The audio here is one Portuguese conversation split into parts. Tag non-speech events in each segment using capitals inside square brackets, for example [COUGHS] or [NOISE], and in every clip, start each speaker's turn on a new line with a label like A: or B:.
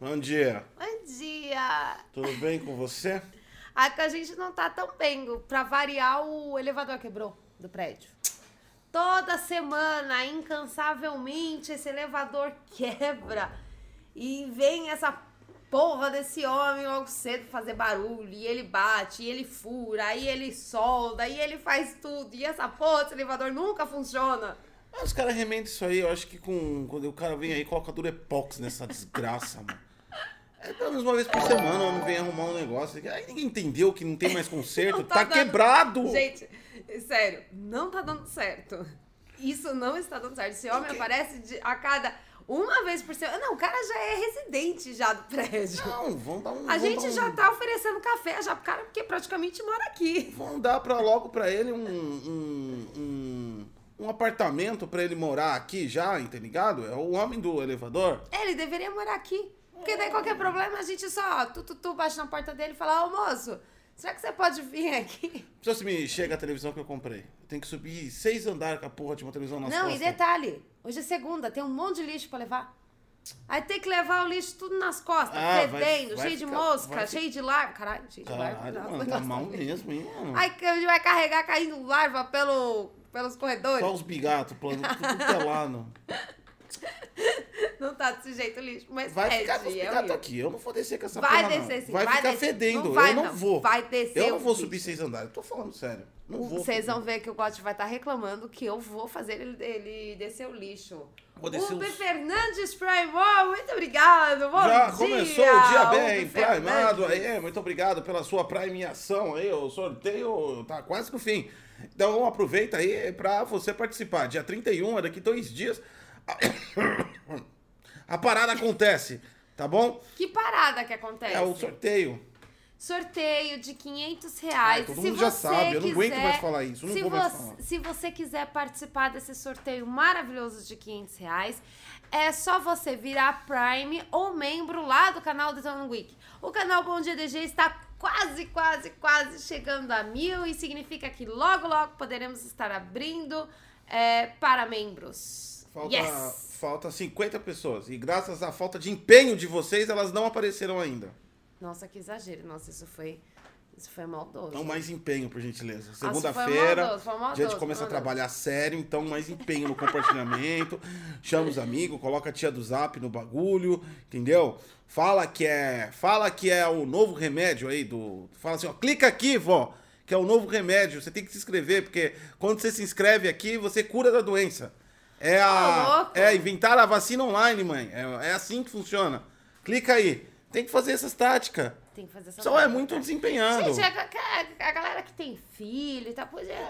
A: Bom dia.
B: Bom dia!
A: Tudo bem com você?
B: Aqui a gente não tá tão bem. Pra variar, o elevador quebrou do prédio. Toda semana, incansavelmente, esse elevador [LAUGHS] quebra. E vem essa porra desse homem logo cedo fazer barulho. E ele bate, e ele fura, aí ele solda, e ele faz tudo. E essa porra desse elevador nunca funciona.
A: Ah, os caras remendam isso aí, eu acho que com. Quando o cara vem aí e coloca durepox nessa desgraça, mano. É pelo menos uma vez por semana o homem vem arrumar um negócio. Aí ninguém entendeu que não tem mais conserto.
B: [LAUGHS] Não
A: tá
B: dando-
A: quebrado!
B: Gente, sério, não tá dando certo. Isso não está dando certo. Esse homem aparece de- a cada uma vez por semana. Não, o cara já é residente já do prédio.
A: Não, vão dar um. vão
B: A gente
A: dar
B: já
A: um-
B: tá oferecendo café já pro cara, porque praticamente mora aqui.
A: Vão dar pra, logo pra ele um. um, um... um apartamento pra ele morar aqui já, tá ligado? É o homem do elevador.
B: É, Ele deveria morar aqui. Porque daí qualquer problema a gente só tu, tu, tu bate na porta dele e fala, ô moço, será que você pode vir aqui?
A: Precisa se me chega a televisão que eu comprei. Eu tenho que subir seis andares com a porra de uma televisão nas
B: não,
A: costas.
B: e detalhe, hoje é segunda, tem um monte de lixo pra levar. Aí tem que levar o lixo tudo nas costas,
A: Ah, vai-
B: fedendo,
A: vai
B: cheio de
A: ficar-
B: mosca,
A: vai fi-
B: cheio de larva. Caralho, cheio de larva.
A: Caralho,
B: nossa,
A: mano, tá
B: nossa.
A: mal mesmo, hein, mano?
B: Aí que a gente vai carregar caindo larva pelo, pelos corredores.
A: Só os bigatos, plano, tudo que é lá, não.
B: [LAUGHS] Não tá desse jeito lixo, mas
A: Vai
B: é
A: ficar com os
B: dia, é
A: bigatos
B: horrível.
A: aqui, eu não vou descer com essa
B: Vai
A: porra,
B: descer
A: não.
B: sim,
A: Vai,
B: vai
A: ficar
B: descer.
A: fedendo,
B: Não vai,
A: eu não,
B: não.
A: vou.
B: Vai descer
A: Eu não
B: o
A: vou
B: bicho.
A: subir seis andares, tô falando sério. Não vou.
B: Vocês vão ver que o Gotti vai estar reclamando que eu vou fazer ele, ele descer o lixo.
A: Vou descer
B: Uber
A: os-
B: Fernandes Primal, muito obrigado, bom
A: Já
B: dia,
A: começou o dia bem,
B: Uber Fernandes.
A: primado aí. é, Muito obrigado pela sua premiação aí. O sorteio tá quase no fim. Então aproveita aí pra você participar. Dia 31, é daqui dois dias. [COUGHS] A parada acontece, tá bom?
B: Que parada que acontece?
A: É o sorteio.
B: Sorteio de 500 reais.
A: Ah, todo
B: se
A: mundo já
B: você
A: sabe, eu não aguento
B: quiser-
A: mais falar isso, eu não
B: se
A: vou mais
B: você-
A: falar.
B: Se você quiser participar desse sorteio maravilhoso de 500 reais, é só você virar Prime ou membro lá do canal Detonando Week. O canal Bom Dia DG está quase, quase, quase chegando a mil e significa que logo, logo poderemos estar abrindo é, para membros.
A: Falta,
B: Yes!
A: falta 50 pessoas. E graças à falta de empenho de vocês, elas não apareceram ainda.
B: Nossa, que exagero. Nossa, isso foi, isso foi maldoso.
A: Então, mais empenho, por gentileza.
B: Ah, foi
A: Segunda-feira,
B: maldoso, foi maldoso,
A: dia de começar a
B: maldoso.
A: trabalhar sério, então mais empenho no
B: [LAUGHS]
A: compartilhamento. Chama os amigos, coloca a tia do zap no bagulho, entendeu? Fala que é. Fala que é o novo remédio aí do. Fala assim, ó, clica aqui, vó, que é o novo remédio. Você tem que se inscrever, porque quando você se inscreve aqui, você cura da doença. É
B: Ô,
A: a.
B: louco.
A: É inventar a vacina online, mãe. É, é assim que funciona. Clica aí. Tem que fazer essas táticas.
B: Tem que fazer essa
A: Só é
B: parte.
A: muito desempenhado.
B: Gente, é a, a- a galera que tem filho e tal, pois é,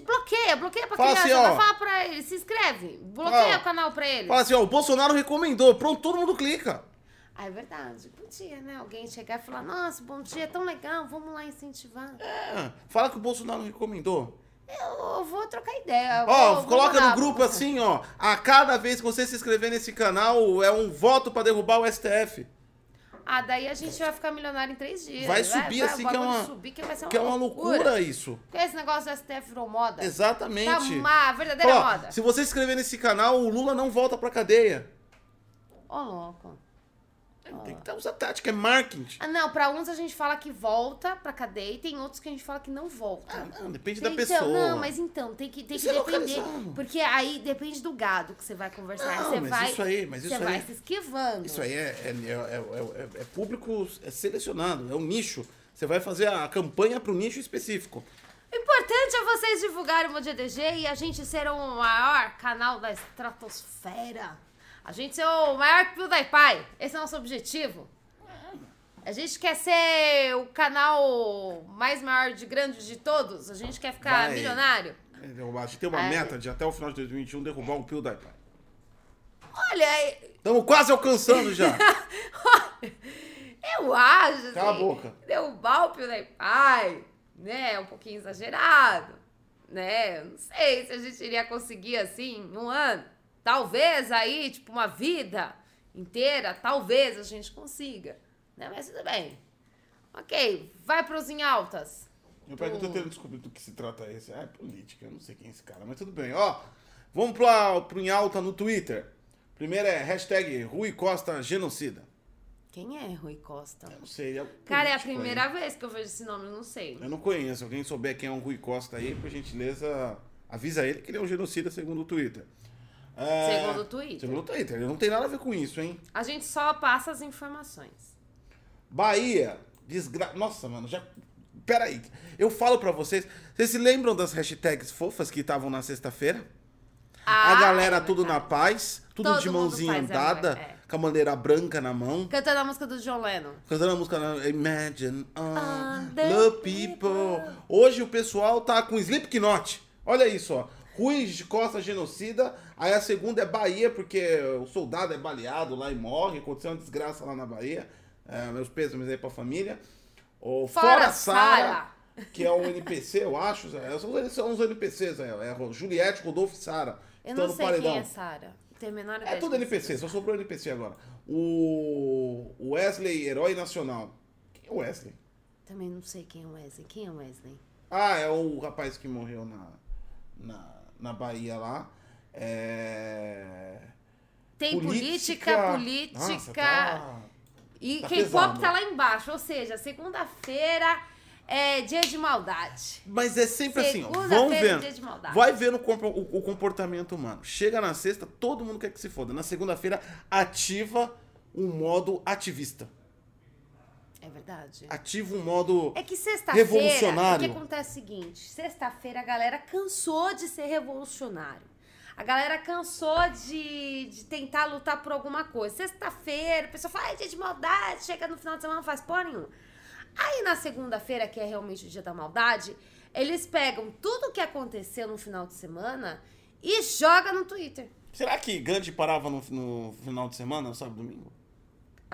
B: bloqueia, bloqueia pra
A: Fala
B: criança,
A: assim, ó.
B: mas fala pra ele, se inscreve, bloqueia
A: Ó.
B: o canal pra ele.
A: Fala assim, ó, o Bolsonaro recomendou. Pronto, todo mundo clica.
B: Ah, é verdade, podia, né? Alguém chegar e falar, nossa, bom dia, tão legal, vamos lá incentivar.
A: É, fala que o Bolsonaro recomendou.
B: Eu, eu vou trocar ideia. eu
A: Ó,
B: vou- vou
A: coloca
B: mandar-
A: no grupo assim, ó. A cada vez que você se inscrever nesse canal, é um voto pra derrubar o STF.
B: Ah, daí a gente vai ficar milionário em três dias.
A: Vai subir
B: vai,
A: assim
B: o
A: que é
B: bagulho
A: uma.
B: Subir, que vai ser uma
A: que é uma loucura, isso.
B: Porque esse negócio do STF virou moda. Tá
A: Exatamente.
B: uma verdadeira
A: Ó,
B: moda.
A: Se você se inscrever nesse canal, o Lula não volta pra cadeia.
B: Ô, louco.
A: Tem que ter usar tática, é marketing.
B: Ah, não, pra uns a gente fala que volta pra cadeia e tem outros que a gente fala que não volta.
A: Ah, mano, depende da
B: Então,
A: pessoa.
B: Não, mas então, tem que, tem
A: Isso
B: que
A: é
B: depender.
A: localizado.
B: Porque aí depende do gado que você vai conversar.
A: Não,
B: você
A: mas
B: vai,
A: isso aí, mas isso
B: você
A: aí- é
B: vai se esquivando.
A: Isso aí é, é, é- é- é- é público é selecionado, é um nicho. Você vai fazer a campanha para um nicho específico.
B: O importante é vocês divulgarem o Bom Dia DG e a gente ser o maior canal da estratosfera. A gente ser o maior que o PewDiePie. Esse é o nosso objetivo. A gente quer ser o canal mais maior de grande de todos. A gente quer ficar
A: Vai.
B: milionário.
A: É derrubar. A gente tem uma
B: É.
A: meta de até o final de 2021 derrubar o PewDiePie.
B: Olha,
A: Estamos quase alcançando
B: [LAUGHS]
A: já.
B: Eu acho,
A: Cala
B: assim,
A: a boca.
B: derrubar o PewDiePie, né, é um pouquinho exagerado, né? Eu Não sei se a gente iria conseguir, assim, em um ano. Talvez aí, tipo, uma vida inteira, talvez a gente consiga, né? Mas tudo bem. Ok, vai pros em altas.
A: Meu pai que eu tô tentando descobrir do que se trata esse. Ah, é política, eu não sei quem é esse cara, mas tudo bem. Ó, vamos pra, pro em alta no Twitter. Primeiro é hashtag Rui Costa Genocida.
B: Quem é Rui Costa?
A: Eu não sei. é
B: Cara, é a
A: político aí.
B: primeira vez que eu vejo esse nome, eu não sei.
A: Eu não conheço. Alguém souber quem é o Rui Costa aí, por gentileza, avisa ele que ele é um genocida, segundo o Twitter. É,
B: Segundo o Twitter.
A: Segundo o Twitter. Ele não tem nada a ver com isso, hein?
B: A gente só passa as informações.
A: Bahia, desgra... Nossa, mano, já... Peraí, eu falo pra vocês... Vocês se lembram das hashtags fofas que estavam na sexta-feira? a
B: Ah,
A: galera
B: é
A: tudo na
B: verdade.
A: paz, tudo
B: Todo
A: de
B: mundo
A: mãozinha
B: faz, é,
A: andada,
B: é.
A: com a bandeira branca na mão.
B: Cantando a música do John Lennon.
A: Cantando a música na- Imagine
B: Ah,
A: all
B: the
A: the people.
B: people.
A: Hoje o pessoal tá com Slipknot. Olha isso, ó. Rui Costa genocida. Aí a segunda é Bahia, porque o soldado é baleado lá e morre. Aconteceu uma desgraça lá na Bahia. É, meus pêsames aí pra família. O Fora,
B: Fora
A: Sara,
B: Sara.
A: que é um NPC, eu acho. Zé. São, são uns NPCs, Zé. é Juliette, Rodolfo e Sara.
B: Eu
A: Tão
B: não
A: no
B: sei
A: paredão.
B: quem é Sara. Tem a menor ideia
A: É
B: de
A: tudo
B: quem
A: NPC,
B: seja.
A: só sobrou NPC agora. O o Wesley, herói nacional. Quem é o Wesley?
B: Também não sei quem é Wesley. Quem é Wesley?
A: Ah, é o rapaz que morreu na, na, na Bahia lá. É...
B: Tem política, política.
A: Nossa, tá-
B: E
A: tá pesado.
B: K-pop tá lá embaixo. Ou seja, segunda-feira é dia de maldade.
A: Mas é sempre assim, ó. Vão
B: Segunda-feira é
A: vendo.
B: dia de maldade.
A: Vai vendo o compo- o, o comportamento humano. Chega na sexta, todo mundo quer que se foda. Na segunda-feira, ativa um modo ativista.
B: É verdade.
A: Ativa um modo.
B: É que sexta-feira.
A: Revolucionário.
B: O que acontece é o seguinte: sexta-feira a galera cansou de ser revolucionário. A galera cansou de, de tentar lutar por alguma coisa. Sexta-feira, a pessoa fala, ai, dia de maldade, chega no final de semana, não faz porra nenhuma. Aí na segunda-feira, que é realmente o dia da maldade, eles pegam tudo o que aconteceu no final de semana e joga no Twitter.
A: Será que Gandhi parava no, no final de semana, sábado e domingo?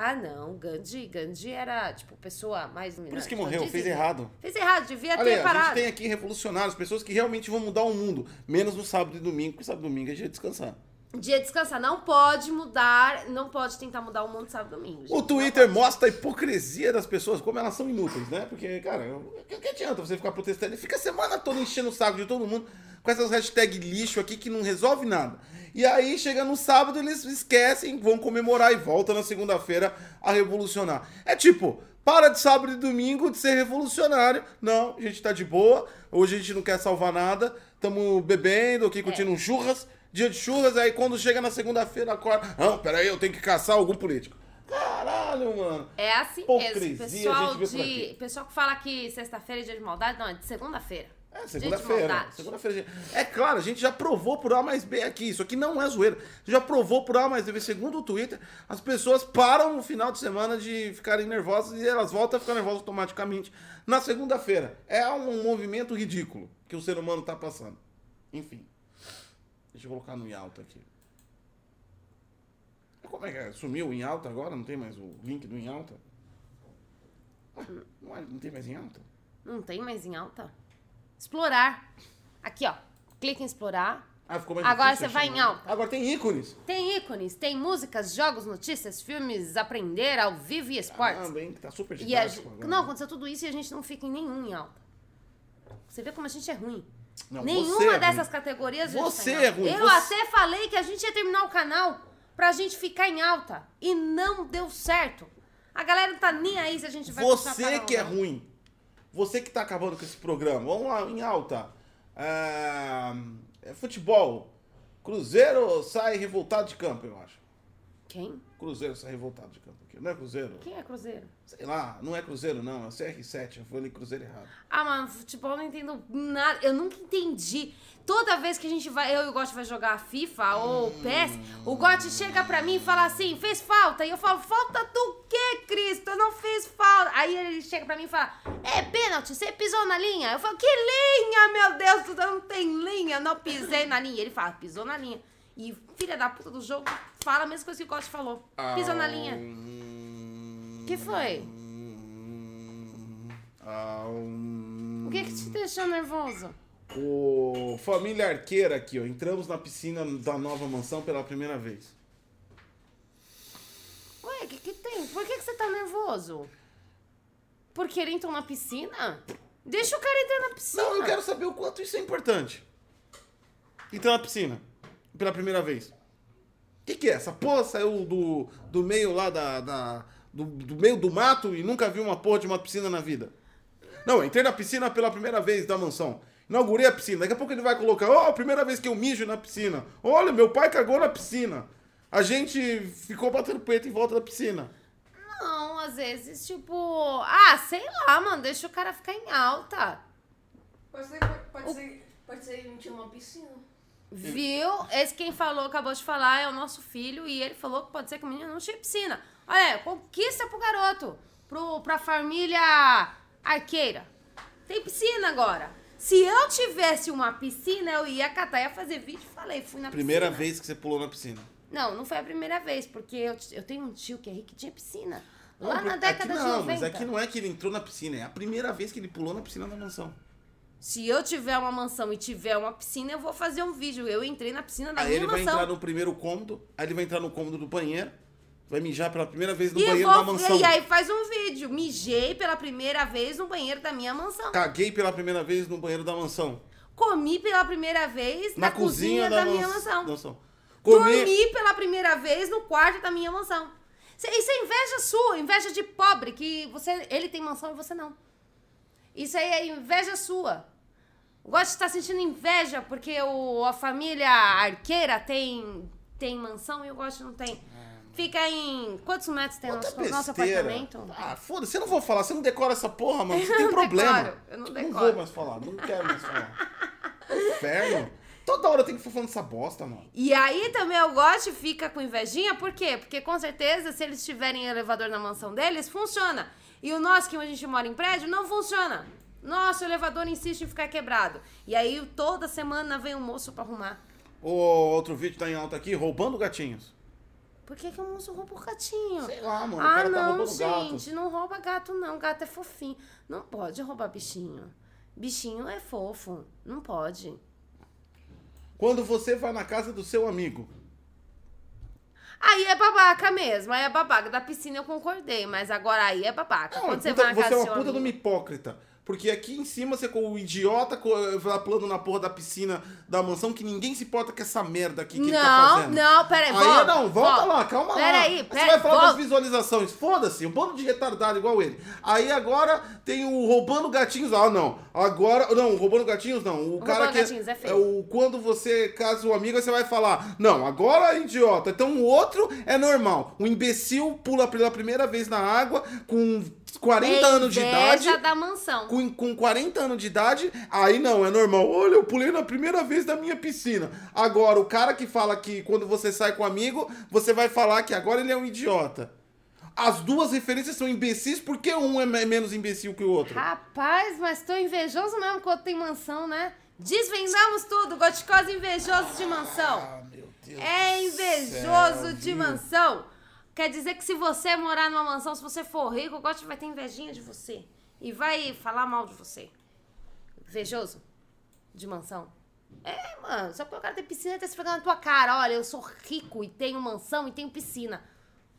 B: Ah, não, Gandhi, Gandhi era, tipo, pessoa mais
A: Por Então, isso que
B: dominante.
A: morreu,
B: Então, Dizem-
A: fez errado.
B: Fez errado, devia
A: Olha, aí,
B: ter
A: a gente
B: parado.
A: tem aqui revolucionários, pessoas que realmente vão mudar o mundo. Menos no sábado e domingo, porque sábado e domingo é dia de descansar.
B: Dia de descansar. Não pode mudar, não pode tentar mudar o mundo sábado e domingo. gente.
A: O Twitter mostra a hipocrisia das pessoas, como elas são inúteis, né? Porque, cara, o que, que adianta você ficar protestando? E fica a semana toda enchendo o saco de todo mundo com essas hashtags lixo aqui que não resolve nada. E aí, chega no sábado, eles esquecem, vão comemorar e volta na segunda-feira a revolucionar. É tipo, para de sábado e domingo de ser revolucionário. Não, a gente tá de boa, hoje a gente não quer salvar nada, tamo bebendo aqui, curtindo um churras. Dia de churras, aí quando chega na segunda-feira, acorda. Não, peraí, eu tenho que caçar algum político. Caralho, mano.
B: É assim
A: Hipocrisia,
B: mesmo.
A: a
B: Pessoal,
A: gente vê por aqui.
B: de, pessoal que fala que sexta-feira é dia de maldade, não, é de segunda-feira.
A: É,
B: Dia de
A: segunda-feira.
B: maldade.
A: Segunda-feira. gente. É claro, a gente já provou por A mais B aqui. Isso aqui não é zoeira. Já provou por A mais B. Segundo o Twitter, as pessoas param no final de semana de ficarem nervosas e elas voltam a ficar nervosas automaticamente na segunda-feira. É um movimento ridículo que o ser humano tá passando. Enfim. Deixa eu colocar no em alta aqui. Como é que é? Sumiu o em alta agora? Não tem mais o link do em alta? Ué, não é- não tem mais em alta?
B: Não tem mais em alta? Explorar. Aqui, ó. Clica em explorar.
A: Ah, ficou mais
B: Agora
A: difícil
B: você vai
A: achar,
B: em
A: né?
B: alta.
A: Agora tem ícones.
B: Tem ícones, tem músicas, jogos, notícias, filmes, aprender ao vivo e esportes.
A: Caramba, hein? Tá super
B: e a
A: didático
B: gente,
A: agora. né?
B: não, aconteceu tudo isso e a gente não fica em nenhum em alta. Você vê como a gente é ruim.
A: Não, você é
B: Nenhuma
A: ruim.
B: dessas categorias. a gente
A: Você
B: tá em
A: é
B: alta.
A: ruim,
B: Eu
A: você-
B: até falei que a gente ia terminar o canal pra gente ficar em alta. E não deu certo. A galera não tá nem aí se a gente vai continuar né? o
A: Você
B: canal,
A: que é
B: não.
A: ruim. Você que tá acabando com esse programa. Vamos lá, em alta. Ah, é futebol. Cruzeiro sai revoltado de campo, eu acho.
B: Quem?
A: Cruzeiro sai revoltado de campo. aqui. Não é Cruzeiro?
B: Quem é Cruzeiro?
A: Sei lá, não é Cruzeiro, não. É CR7. Eu falei Cruzeiro errado.
B: Ah, mano, futebol eu não entendo nada. Eu nunca entendi. Toda vez que a gente vai, eu e o Gotti vai jogar FIFA ou PES, o Gotti chega pra mim e fala assim, fez falta. E eu falo, falta do quê, Cristo? Eu não fiz falta. Aí ele chega pra mim e fala, é pênalti, você pisou na linha. Eu falo, que linha, meu Deus, tu não tem linha, não pisei na linha. Ele fala, pisou na linha. E filha da puta do jogo fala a mesma coisa que o Gotti falou.
A: Ah,
B: Pisou na linha.
A: Hum,
B: Que foi?
A: hum, ah, hum.
B: O que que te deixou nervoso?
A: O Família Arqueira aqui, ó. Entramos na piscina da nova mansão pela primeira vez.
B: Ué, o que, que tem? Por que, que você tá nervoso? Porque ele entrou na piscina? Deixa o cara entrar na piscina.
A: Não, eu quero saber o quanto isso é importante. Entrar na piscina pela primeira vez. O que, que é? Essa porra saiu do, do meio lá da, da, do, do meio do mato e nunca vi uma porra de uma piscina na vida. Não, eu entrei na piscina pela primeira vez da mansão. Inaugurei a piscina. Daqui a pouco ele vai colocar, ó, a primeira vez que eu mijo na piscina. Olha, meu pai cagou na piscina. A gente ficou batendo preto em volta da piscina.
B: Não, às vezes, tipo, ah, sei lá, mano, deixa o cara ficar em alta.
C: Pode ser, pode, pode ser, pode ser que não tinha uma piscina.
B: Viu? Esse quem falou, acabou de falar, é o nosso filho, e ele falou que pode ser que o menino não tinha piscina. Olha, é, conquista pro garoto, pro, pra família arqueira. Tem piscina agora. Se eu tivesse uma piscina, eu ia catar, ia fazer vídeo e falei, fui na
A: Primeira
B: piscina.
A: vez que você pulou na piscina.
B: Não, não foi a primeira vez, porque eu, eu tenho um tio que é rico que tinha piscina. Lá
A: Não,
B: na
A: aqui
B: década de
A: não,
B: 90.
A: mas aqui não é que ele entrou na piscina, é a primeira vez que ele pulou na piscina da mansão.
B: Se eu tiver uma mansão e tiver uma piscina, eu vou fazer um vídeo. Eu entrei na piscina da
A: Aí
B: minha
A: Ah, ele vai entrar
B: mansão.
A: no primeiro cômodo, aí ele vai entrar no cômodo do banheiro, vai mijar pela primeira vez no
B: E,
A: banheiro da
B: vou,
A: mansão.
B: e aí faz um vídeo. Mijei pela primeira vez no banheiro da minha mansão.
A: Caguei pela primeira vez no banheiro da mansão.
B: Comi pela primeira vez
A: Na,
B: na,
A: cozinha, da,
B: minha
A: mans-
B: mansão.
A: Comi.
B: Dormi pela primeira vez no quarto da minha mansão. Cê- Isso é inveja sua, inveja de pobre, que você, ele tem mansão e você não. Isso aí é inveja sua. Eu Gosto de estar sentindo inveja porque o, a família arqueira tem, tem mansão e eu gosto que não tem. Fica em. Quantos metros tem
A: É, né? Outra
B: nosso, nosso
A: besteira.
B: apartamento?
A: Ah, foda-se, eu não vou falar, você não decora essa porra,
B: [LAUGHS]
A: mano, você tem
B: não
A: problema.
B: decoro, eu não
A: Não
B: decoro.
A: vou mais falar, não quero mais falar. Inferno. Toda hora eu tenho que ficar falando dessa bosta, mano.
B: E aí também eu gosto e fica com invejinha, por quê? Porque com certeza, se eles tiverem elevador na mansão deles, funciona. E o nosso, que a gente mora em prédio, não funciona. Nossa, o elevador insiste em ficar quebrado. E aí toda semana vem um moço pra arrumar.
A: O outro vídeo tá em alta aqui, roubando gatinhos.
B: Por que, que o moço rouba o gatinho?
A: Sei lá, mano, o
B: ah,
A: cara tá
B: não,
A: roubando gato.
B: gente, não rouba gato, não. Gato é fofinho. Não pode roubar bichinho. Bichinho é fofo. Não pode.
A: Quando você vai na casa do seu amigo.
B: Aí é babaca mesmo, aí é babaca. Da piscina eu concordei, mas agora aí é babaca.
A: Não,
B: Quando você assim,
A: puta-
B: vai na casa
A: é
B: do
A: uma
B: seu
A: puta de
B: amigo.
A: uma hipócrita. Porque aqui em cima você com o idiota co- vai pulando na porra da piscina da mansão que ninguém se importa com essa merda aqui que ele tá
B: Não,
A: fazendo.
B: não, peraí,
A: Aí,
B: volta.
A: não, volta lá, calma lá.
B: Peraí,
A: Você vai
B: peraí,
A: falar das
B: volta.
A: visualizações. Foda-se, um bando de retardado igual ele. Aí agora tem o roubando gatinhos. Ah, não. Agora. Não, o roubando gatinhos não. O, cara
B: roubando
A: que.
B: gatinhos é feio.
A: o, quando você casa o amigo, aí você vai falar. Não, agora é idiota. Então o outro é normal. O imbecil pula pela primeira vez na água com 40 anos de idade.
B: é Inveja da mansão.
A: Com, com 40 anos de idade, aí não, é normal. Olha, eu pulei na primeira vez da minha piscina. Agora, o cara que fala que quando você sai com um amigo, você vai falar que agora ele é um idiota. As duas referências são imbecis, porque um é me- menos imbecil que o outro.
B: Rapaz, mas tô invejoso mesmo quando tem mansão, né? Desvendamos tudo, goticosa invejoso de mansão.
A: Ah, meu Deus.
B: É invejoso de mansão. Quer dizer que se você morar numa mansão, se você for rico, o Gotti vai ter invejinha de você. E vai falar mal de você. Invejoso de mansão. É, mano. Só porque o cara tem piscina, ele tá se pegando na tua cara. Olha, eu sou rico e tenho mansão e tenho piscina.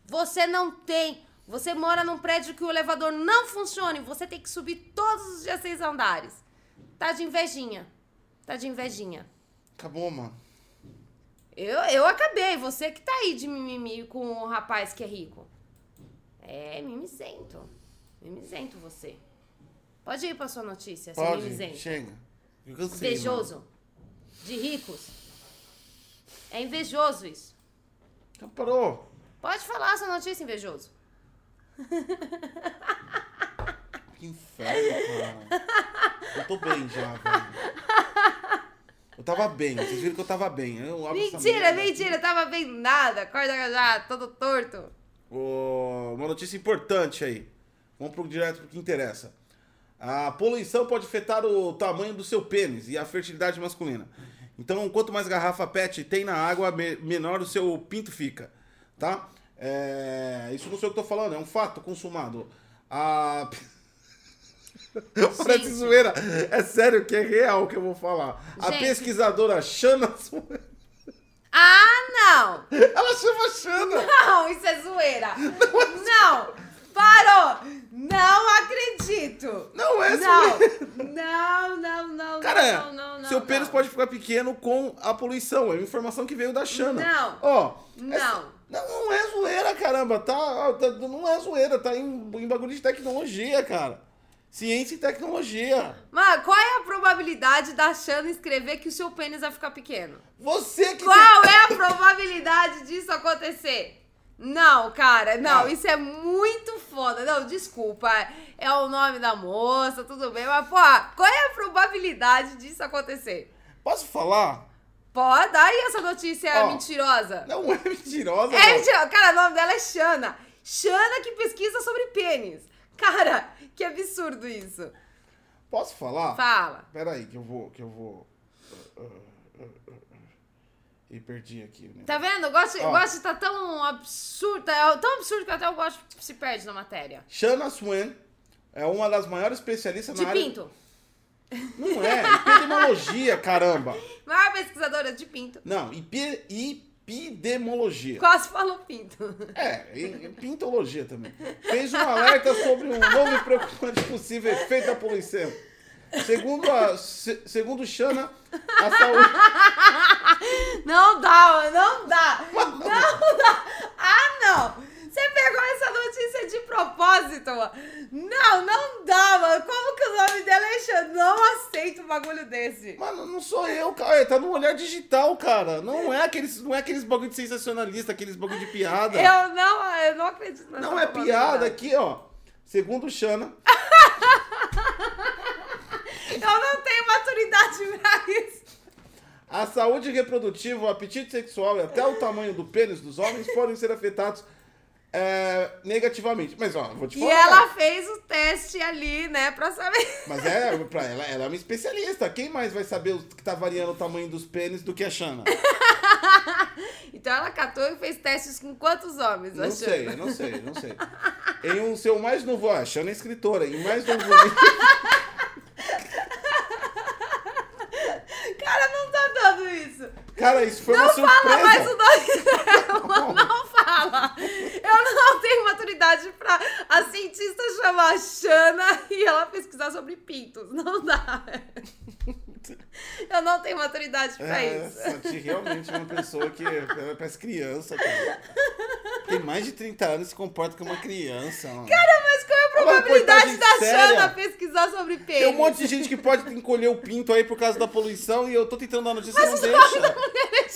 B: Você não tem. Você mora num prédio que o elevador não funciona e você tem que subir todos os dias seis andares. Tá de invejinha. Tá de invejinha.
A: Acabou, mano.
B: Eu, eu acabei, você que tá aí de mimimi com o rapaz que é rico. É, mimizento. Mimizento você. Pode ir pra sua notícia, seu
A: Pode,
B: mimizento.
A: chega. Eu cansei, mano.
B: é Invejoso. De ricos. É invejoso isso.
A: Já parou.
B: Pode falar sua notícia, invejoso.
A: Que inferno, cara. Eu tô bem já, velho. Eu tava bem, vocês viram que eu tava bem. Eu abro essa
B: Mentira,
A: merda aqui.
B: mentira, tava bem nada. Acorda já, todo torto.
A: Ô, uma notícia importante aí. Vamos pro direto pro que interessa. A poluição pode afetar o tamanho do seu pênis e a fertilidade masculina. Então, quanto mais garrafa PET tem na água, me- menor o seu pinto fica, tá? É, Isso não sei o que eu tô falando, é um fato consumado. A... [LAUGHS] Parece
B: Gente.
A: zoeira. É sério que é real que eu vou falar. A
B: Gente.
A: pesquisadora Xana...
B: Ah, não!
A: [LAUGHS] Ela chama Xana!
B: Não, isso
A: [LAUGHS]
B: é zoeira.
A: é
B: Não, parou. Não acredito.
A: Não é
B: Não,
A: zoeira.
B: não, não, não.
A: Cara,
B: não, não, não,
A: seu
B: não.
A: pênis pode ficar pequeno com a poluição. É uma informação que veio da Xana.
B: Não.
A: Ó. essa-
B: Não.
A: Não, não é zoeira, caramba. Tá, ó, tá- não é zoeira, tá em, em bagulho de tecnologia, cara. Ciência e tecnologia.
B: Mano, qual é a probabilidade da Xana escrever que o seu pênis vai ficar pequeno?
A: Você que.
B: Qual é a probabilidade disso acontecer? Não, cara, não,
A: Ah.
B: isso é muito foda. Não, desculpa, é o nome da moça, tudo bem, mas, pô, qual é a probabilidade disso acontecer?
A: Posso falar?
B: Pô, dá aí essa notícia
A: Ó.
B: mentirosa.
A: Não é mentirosa.
B: É,
A: não.
B: mentira- cara, o nome dela é Xana. Xana que pesquisa sobre pênis. Cara, que absurdo isso.
A: Posso falar?
B: Fala.
A: Peraí, que eu vou. Que eu vou. uh, E uh. perdi aqui. Né?
B: Tá vendo? Eu gosto, eu
A: Ó.
B: gosto de tá tão absurdo, tá- tão absurdo que até o gosto se perde na matéria.
A: Shana Swan é uma das maiores especialistas
B: De
A: na área.
B: pinto.
A: Não é, epidemiologia, caramba.
B: Maior pesquisadora de pinto.
A: Não, epi- epidemiologia.
B: Quase falou pinto. [LAUGHS]
A: É, e- e pintologia também. Fez um alerta sobre um novo e preocupante possível efeito da poluição. Segundo a, se- segundo Shana, a saúde.
B: Não dá, não dá. Não dá. Ah, não. Você pegou essa notícia de propósito, mano. Não, não dá, mano. Como que o nome dela é Xana? Não aceito um bagulho desse.
A: Mano, não sou eu, cara. Tá no olhar digital, cara. Não é aqueles, não é aqueles bagulho de sensacionalista, aqueles bagulho de piada.
B: Eu não, eu não acredito nessa
A: Não é piada
B: probabilidade.
A: aqui, ó. Segundo Shana,
B: Eu não tenho maturidade [LAUGHS] pra isso.
A: A saúde reprodutiva, o apetite sexual e até o tamanho do pênis dos homens podem ser afetados é, negativamente. Mas, ó, vou te
B: E
A: falar.
B: ela fez o teste ali, né, pra saber. [LAUGHS]
A: Mas é, pra ela, ela é uma especialista. Quem mais vai saber o que tá variando o tamanho dos pênis do que a Xana?
B: Então ela catou e fez testes com quantos homens?
A: Não
B: achou?
A: sei, não sei, não sei. Em um seu mais novo. Ó, a Xana é escritora. Em mais novo. livro-
B: Cara, não tá dando isso.
A: Cara, isso foi uma
B: Não fala mais o
A: surpresa.
B: nome
A: Tá
B: dela, não fala. Eu não tenho maturidade pra a cientista chamar a Xana e ela pesquisar sobre pintos. Não dá. [LAUGHS] Eu não tenho maturidade pra
A: É,
B: isso.
A: Essa tia realmente é uma pessoa que ela parece criança, cara. Tem mais de 30 anos e se comporta como uma criança. Mano.
B: Mas qual é a
A: uma
B: probabilidade
A: reportagem
B: da
A: séria.
B: Xana pesquisar sobre
A: Tem um
B: pênis?
A: monte de gente que pode encolher o pinto aí por causa da poluição e eu tô tentando dar notícia e não
B: da
A: deixa.
B: mulher é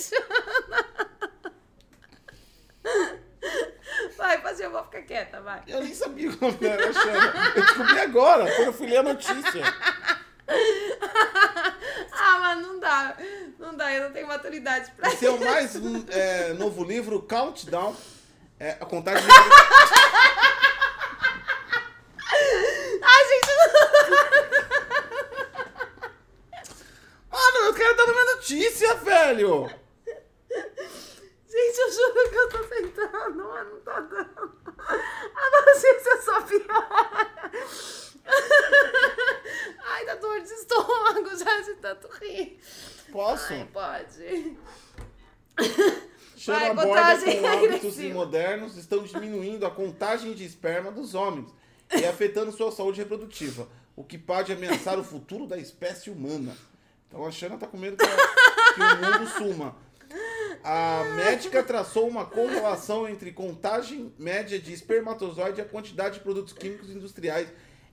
B: Xana. [LAUGHS] Vai, fazer, eu vou ficar quieta, vai.
A: Eu nem sabia o nome dela, Xana. Eu descobri agora, quando eu fui ler a notícia.
B: Ah, mas não dá. Não dá, eu não tenho maturidade pra isso.
A: Seu mais é, novo livro, Countdown, é, a contagem...
B: Ai, Ah, gente, não.
A: Mano, Ah, eu quero dar minha notícia, velho!
B: Gente, eu juro que eu tô tentando, mas não tá dando. Ah, A [LAUGHS] notícia só piora. [LAUGHS] Ai, dá dor de estômago já de tanto rir.
A: Posso?
B: Ai, pode.
A: Xana
B: vai,
A: aborda
B: contagem [LAUGHS]
A: com hábitos
B: regressiva.
A: modernos estão diminuindo a contagem de esperma dos homens e afetando sua saúde reprodutiva, o que pode ameaçar o futuro da espécie humana. Então a Xana tá com medo que, que o mundo suma. A médica traçou uma correlação entre contagem média de espermatozoide e a quantidade de produtos químicos industriais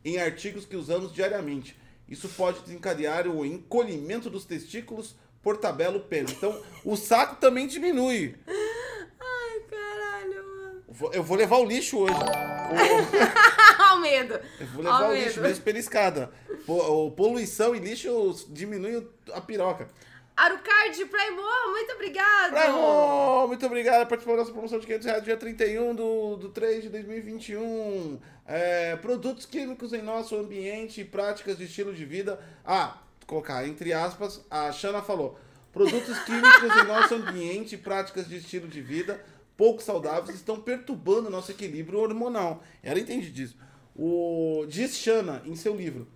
A: em artigos que usamos diariamente. Isso pode desencadear o encolhimento dos testículos por tabela o pênis. Então, o saco também diminui.
B: Ai, caralho, mano. [LAUGHS]
A: Vou- Eu vou levar o lixo hoje. O-
B: Ao Ah, medo.
A: Eu vou
B: Ao
A: levar o
B: Ah, medo.
A: lixo né? mesmo pela escada. Po- o Poluição e lixo diminuem a piroca.
B: Arucard Praimô, muito obrigado.
A: Bravo! Muito obrigado por participar da nossa promoção de 500 reais dia 31 do, do 3 de 2021. É, produtos químicos em nosso ambiente e práticas de estilo de vida. Ah, vou colocar entre aspas, a Xana falou. Produtos químicos em nosso ambiente e práticas de estilo de vida pouco saudáveis estão perturbando nosso equilíbrio hormonal. Ela entende disso. O, diz Xana em seu livro.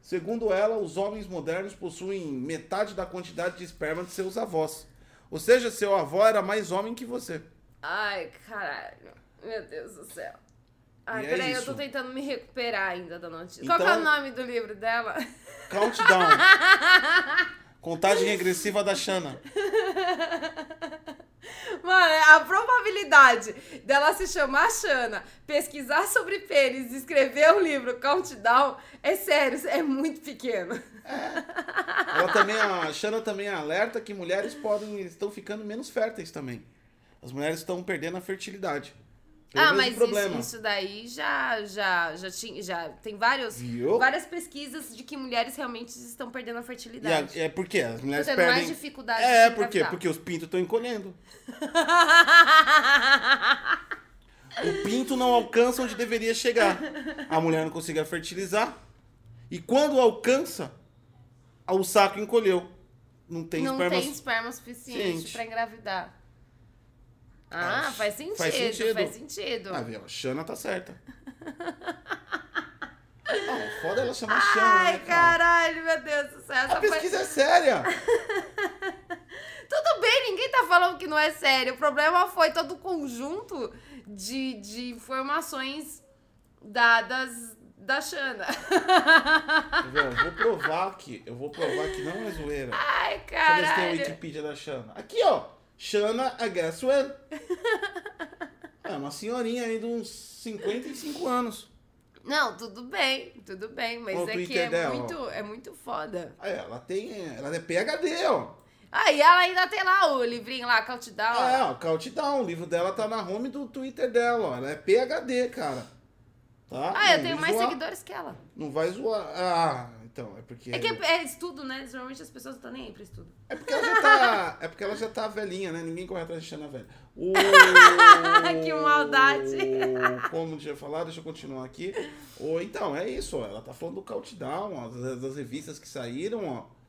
A: Segundo ela, os homens modernos possuem metade da quantidade de esperma de seus avós. Ou seja, seu avô era mais homem que você.
B: Ai, caralho. Meu Deus do céu. Ai,
A: E é
B: peraí, eu tô
A: isso.
B: tentando me recuperar ainda da notícia. Qual
A: Então-
B: que é o nome do livro dela? [LAUGHS]
A: Countdown. Contagem regressiva da Xana.
B: Mano, é a probabilidade dela se chamar Xana, pesquisar sobre pênis e escrever o livro Countdown, é sério, é muito pequeno.
A: Ela também, a Xana também alerta que mulheres podem estão ficando menos férteis também. As mulheres estão perdendo a fertilidade. Pelo
B: ah,
A: mesmo
B: mas
A: problema.
B: isso, isso daí já, já, já, tinha, já tem vários,
A: Viu?
B: várias pesquisas de que mulheres realmente estão perdendo a
A: E a-
B: fertilidade.
A: é porque as mulheres
B: tendo
A: perdem.
B: mais dificuldade
A: é,
B: de
A: por quê?
B: engravidar.
A: Porque os pintos estão encolhendo. O pinto não alcança onde deveria chegar. A mulher não conseguia fertilizar. E quando alcança, o saco encolheu. Não [LAUGHS] tem
B: não
A: esperma.
B: tem esperma suficiente
A: Gente.
B: pra engravidar. Ah,
A: Ah,
B: faz
A: faz
B: sentido,
A: sentido.
B: faz sentido.
A: Ah, viu? A Xana tá [LAUGHS] certa. Ah, foda ela chamar Xana,
B: Ai,
A: né, cara?
B: caralho, meu Deus do céu.
A: A
B: Essa foi-
A: pesquisa é séria.
B: Tudo bem, ninguém tá falando que não é sério. O problema foi todo o conjunto de, de informações dadas da Xana. [LAUGHS]
A: Viu? Tá Eu vou provar que, eu vou provar que não é zoeira.
B: Ai,
A: Deixa eu ver se tem a
B: caralho.
A: Wikipedia da Xana. Aqui, ó. Xana Agasswen. É uma senhorinha aí de uns 55 anos.
B: Não, tudo bem, tudo bem, mas
A: Olha o
B: é que
A: Twitter
B: é
A: dela, ó.
B: muito, é muito foda.
A: Aí, ela tem. Ela é PHD, ó.
B: Ah, e ela ainda tem lá o livrinho lá, Countdown.
A: É, ó, Countdown. O livro dela tá na home do Twitter dela, ó. Ela é PHD, cara. Tá?
B: Ah, eu
A: Não
B: tenho
A: vai
B: mais
A: zoar.
B: seguidores que ela.
A: Não vai zoar. Ah, então, é porque.
B: É que é, é estudo, né? Normalmente as pessoas não estão nem aí pra estudo.
A: É porque ela já
B: [LAUGHS]
A: tá. É porque ela já tá velhinha, né? Ninguém corre atrás de Xana velha. O...
B: Que maldade.
A: [LAUGHS] Como tinha falado, deixa eu continuar aqui. O... Então, é isso, ó. Ela tá falando do Countdown, ó, das, das revistas que saíram, ó.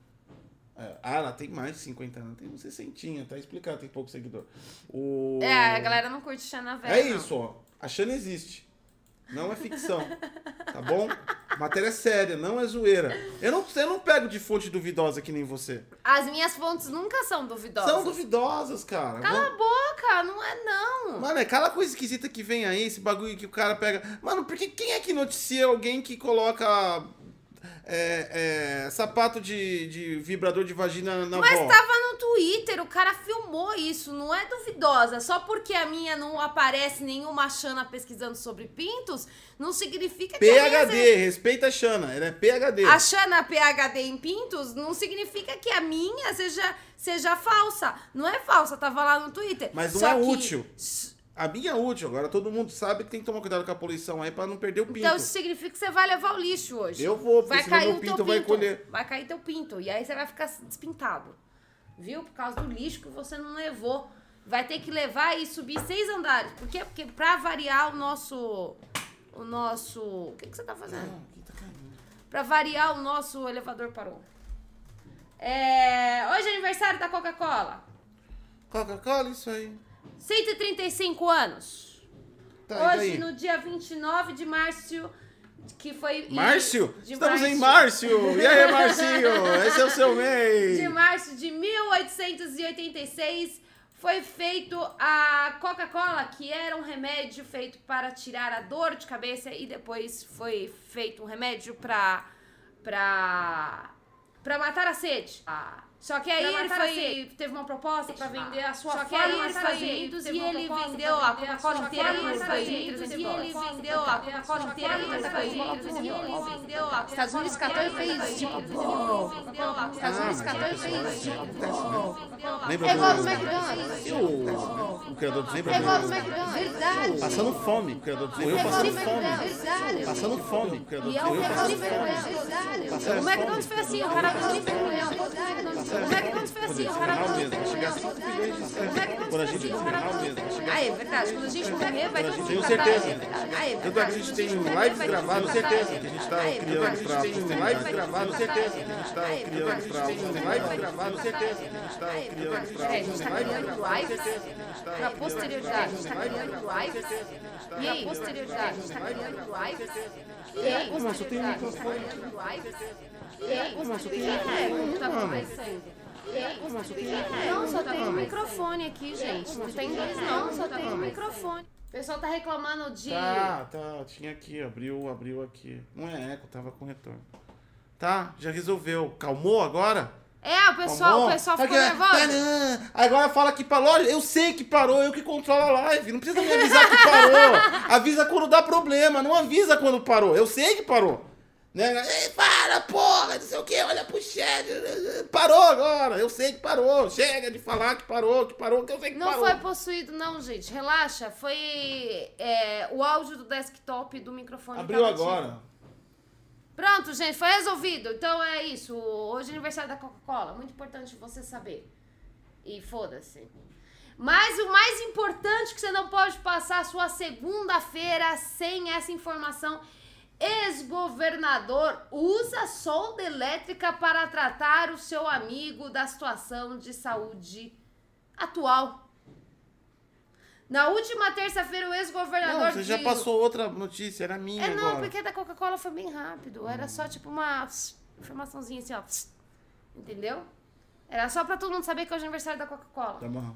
A: É, Ah, ela tem mais de 50 anos, tem uns 60, tá explicado, tem pouco seguidor. O...
B: É, a galera não curte Xana Velha.
A: É
B: não.
A: isso, ó. A Xana existe. Não é ficção. Tá bom? A Matéria é séria, não é zoeira. Eu não, eu não pego de fonte duvidosa que nem você.
B: As minhas fontes nunca são duvidosas.
A: São duvidosas, cara.
B: Cala a boca, não é não.
A: Mano, é aquela coisa esquisita que vem aí, esse bagulho que o cara pega. Mano, porque quem é que noticia alguém que coloca é, é, sapato de, de vibrador de vagina na
B: Mas tá
A: vó?
B: tava no Twitter, o cara filmou isso, não é duvidosa. Só porque a minha não aparece nenhuma Xana pesquisando sobre pintos, não significa que a minha...
A: PHD, respeita a Xana, ela é PHD.
B: A Xana PHD em pintos não significa que a minha seja, seja falsa. Não é falsa, tava lá no Twitter.
A: Mas não
B: Só
A: é
B: que-
A: útil. A minha é útil, agora todo mundo sabe que tem que tomar cuidado com a poluição aí pra não perder o pinto.
B: Então isso significa que você vai levar o lixo hoje.
A: Eu vou, porque
B: vai
A: senão
B: cair
A: meu
B: o teu
A: pinto vai colher.
B: Vai cair teu pinto. E aí você vai ficar despintado. Viu? Por causa do lixo que você não levou. Vai ter que levar e subir seis andares. Por quê? Porque pra variar o nosso. O nosso. O que, que você tá fazendo? Pra variar, o nosso elevador parou. É... Hoje é aniversário da Coca-Cola.
A: Coca-Cola, isso aí.
B: 135 anos.
A: Tá,
B: Hoje,
A: e daí?
B: no dia 29 de março, que foi. em-
A: Márcio?
B: de
A: Estamos em Márcio! E aí,
B: [LAUGHS]
A: Marcinho? Esse é o seu mês!
B: De março de 1886, foi feito a Coca-Cola, que era um remédio feito para tirar a dor de cabeça, e depois foi feito um remédio pra. pra. pra matar a sede. Só que aí
C: Pra
B: ele
C: matar a
B: foi, teve uma proposta pra vender a sua
C: Só que
B: forma
C: aí ele
B: aos
C: foi-
B: Estados Unidos
C: teve
B: e
C: uma
B: ele
C: proposta
B: vendeu
C: pra
B: a
C: vender a
B: Coca-Cola
C: sua
B: inteira
C: forma
B: para os
C: aos
B: Estados
C: Estados
B: Unidos e ele
C: Unidos, e ele
B: vendeu a Coca-Cola inteira para os tá Estados Unidos e ele vendeu a Estados Unidos catou e fez tipo, pô. Estados Unidos catou e fez tipo, pô.
A: Lembra
B: É igual
A: do-
B: do McDonald's.
A: E o, o criador do
B: É igual do
A: Zebra?
B: McDonald's. Verdade.
A: Passando fome, o criador do
B: É
A: Zebra.
B: igual do
A: Passando fome.
B: McDonald's. Verdade.
A: Passando fome, o criador
B: E
A: do
B: é o
A: Zebra.
B: McDonald's
A: Passando fome.
B: foi O McDonald's foi assim, o cara ganhou de vergonha. O McDonald's foi assim, o cara
A: Final
B: ganhou
A: mesmo,
B: de
A: vai chegar assim,
B: vergonha.
A: quando a
B: assim,
A: gente final mesmo, vai chegar
B: Ah, é verdade. Quando a gente morrer, vai ter
A: gente
B: um
A: tem
B: catar-
A: certeza.
B: é verdade. Ah,
A: Tanto é
B: é
A: que
B: verdade.
A: a gente tem
B: Quando morrer,
A: lives
B: vai ter um
A: gravadas,
B: catar-
A: certeza,
B: é
A: que a gente tá
B: verdade. Ah, é
A: criando
B: verdade.
A: pra
B: Quando
A: tem
B: morrer,
A: lives
B: vai ter um
A: gravadas,
B: catar-
A: certeza, que a gente tá
B: Ah, é
A: criando
B: verdade.
A: pra
B: Tem
A: lives
B: lives
A: gravadas, certeza, que a gente tá
B: Ah, é
A: criando
B: verdade.
A: pra
B: É, a gente tá
A: lives
B: criando
A: gravadas,
B: lives
A: certeza, que a gente tá
B: pra
A: criando
B: posterioridade. A gente
A: lives
B: tá criando
A: gravadas,
B: lives
A: certeza, que a gente tá
B: E aí,
A: criando
B: posterioridade. A gente tá
A: lives
B: criando
A: gravadas,
B: lives. E
A: É,
B: aí,
A: ô, Márcio, eu tenho um
B: posterioridade. A gente tá criando lives. E aí,
A: microfone.
B: posterioridade. Tá
A: Mano.
B: acontecendo. E aí, posterioridade. Não, só tem um microfone aqui, gente. Não tem dois, não. Só tem um microfone. O pessoal tá reclamando de...
A: Tá, tá, tinha aqui, abriu, abriu aqui. Não é eco, tava com retorno. Tá, já resolveu. Calmou agora?
B: É, o pessoal,
A: bom? Tá
B: o pessoal
A: Aí
B: ficou
A: que-
B: nervoso.
A: Tanã. Agora fala que parou. Olha, eu sei que parou, eu que controlo a live. Não precisa me avisar que
B: [LAUGHS]
A: parou. avisa quando dá problema, não avisa quando parou. Eu sei que parou. Né? Ei, para, porra, não sei o que, olha pro chat. Parou agora, eu sei que parou. Chega de falar que parou, que parou, que eu sei que
B: Não
A: parou.
B: foi possuído, não, gente. Relaxa. Foi é, o áudio do desktop e do microfone.
A: Abriu
B: tava ativo.
A: agora.
B: Pronto, gente, foi resolvido. Então é isso. Hoje é aniversário da Coca-Cola. Muito importante você saber. E foda-se. Mas o mais importante é que você não pode passar a sua segunda-feira sem essa informação. Ex-governador usa solda elétrica para tratar o seu amigo da situação de saúde atual. Na última terça-feira, o ex-governador
A: Não, você já
B: de-
A: passou outra notícia, era minha
B: é, não,
A: agora.
B: porque da Coca-Cola foi bem rápido. Era só tipo uma pss, informaçãozinha assim, ó. pss, Entendeu? Era só pra todo mundo saber que hoje é aniversário da Coca-Cola.
A: Tá bom.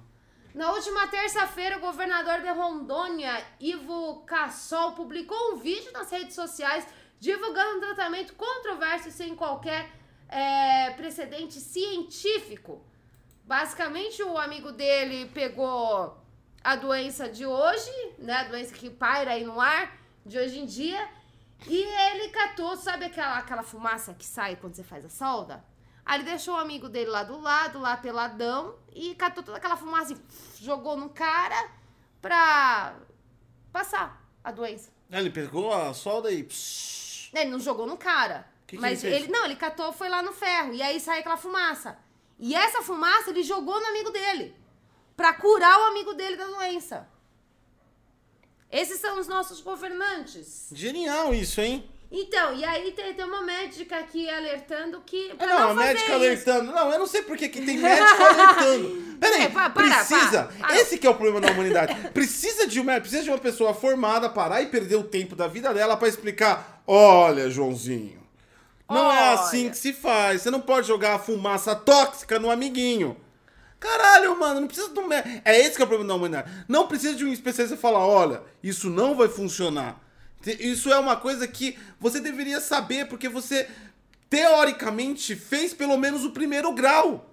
B: Na última terça-feira, o governador de Rondônia, Ivo Cassol, publicou um vídeo nas redes sociais divulgando um tratamento controverso sem qualquer eh, precedente científico. Basicamente, o amigo dele pegou a doença de hoje, né? A doença que paira aí no ar de hoje em dia. E ele catou, sabe aquela, aquela fumaça que sai quando você faz a solda? Aí ele deixou o amigo dele lá do lado, lá peladão, e catou toda aquela fumaça e jogou no cara pra passar a doença.
A: Ele pegou a solda e. psh,
B: Ele não jogou no cara.
A: Que que
B: mas
A: ele fez?
B: ele, não, ele catou, foi lá no ferro. E aí sai aquela fumaça. E essa fumaça ele jogou no amigo dele. Pra curar o amigo dele da doença. Esses são os nossos governantes.
A: Genial isso, hein?
B: Então, e aí tem, tem uma médica aqui alertando que.
A: Ah,
B: Pra
A: Não,
B: não,
A: a
B: fazer
A: médica
B: isso.
A: alertando. Não, eu não sei por que que tem médico [LAUGHS] alertando. Peraí,
B: É, pa- para,
A: precisa.
B: para, para.
A: Esse que é o problema da humanidade. Precisa de uma, precisa de uma pessoa formada parar e perder o tempo da vida dela pra explicar. Olha, Joãozinho, não é
B: Olha."
A: assim que se faz. Você não pode jogar a fumaça tóxica no amiguinho. Caralho, mano, não precisa de um médico. É esse que é o problema da humanidade. Não precisa de um especialista falar, olha, isso não vai funcionar. Te- Isso é uma coisa que você deveria saber, porque você, teoricamente, fez pelo menos o primeiro grau.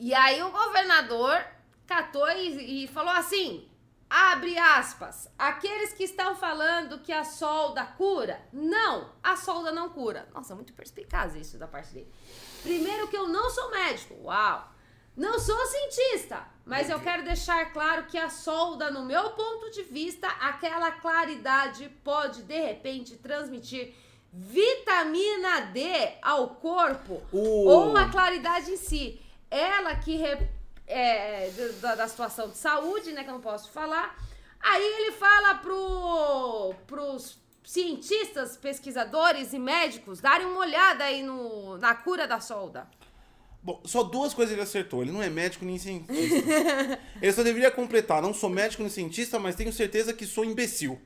B: E aí o governador catou e, e falou assim: abre aspas, aqueles que estão falando que a solda cura, não, a solda não cura. Nossa, muito perspicaz isso da parte dele. Primeiro que eu não sou médico, uau. Não sou cientista, mas eu quero deixar claro que a solda, no meu ponto de vista, aquela claridade pode de repente transmitir vitamina D ao corpo
A: O-
B: ou a claridade em si. Ela que re- é, do- da, da situação de saúde, né, que eu não posso falar. Aí ele fala pro, pros cientistas, pesquisadores e médicos darem uma olhada aí no, na cura da solda.
A: Bom, só duas coisas ele acertou. Ele não é médico nem cientista. ele só deveria completar. Não sou médico nem cientista, mas tenho certeza que sou imbecil.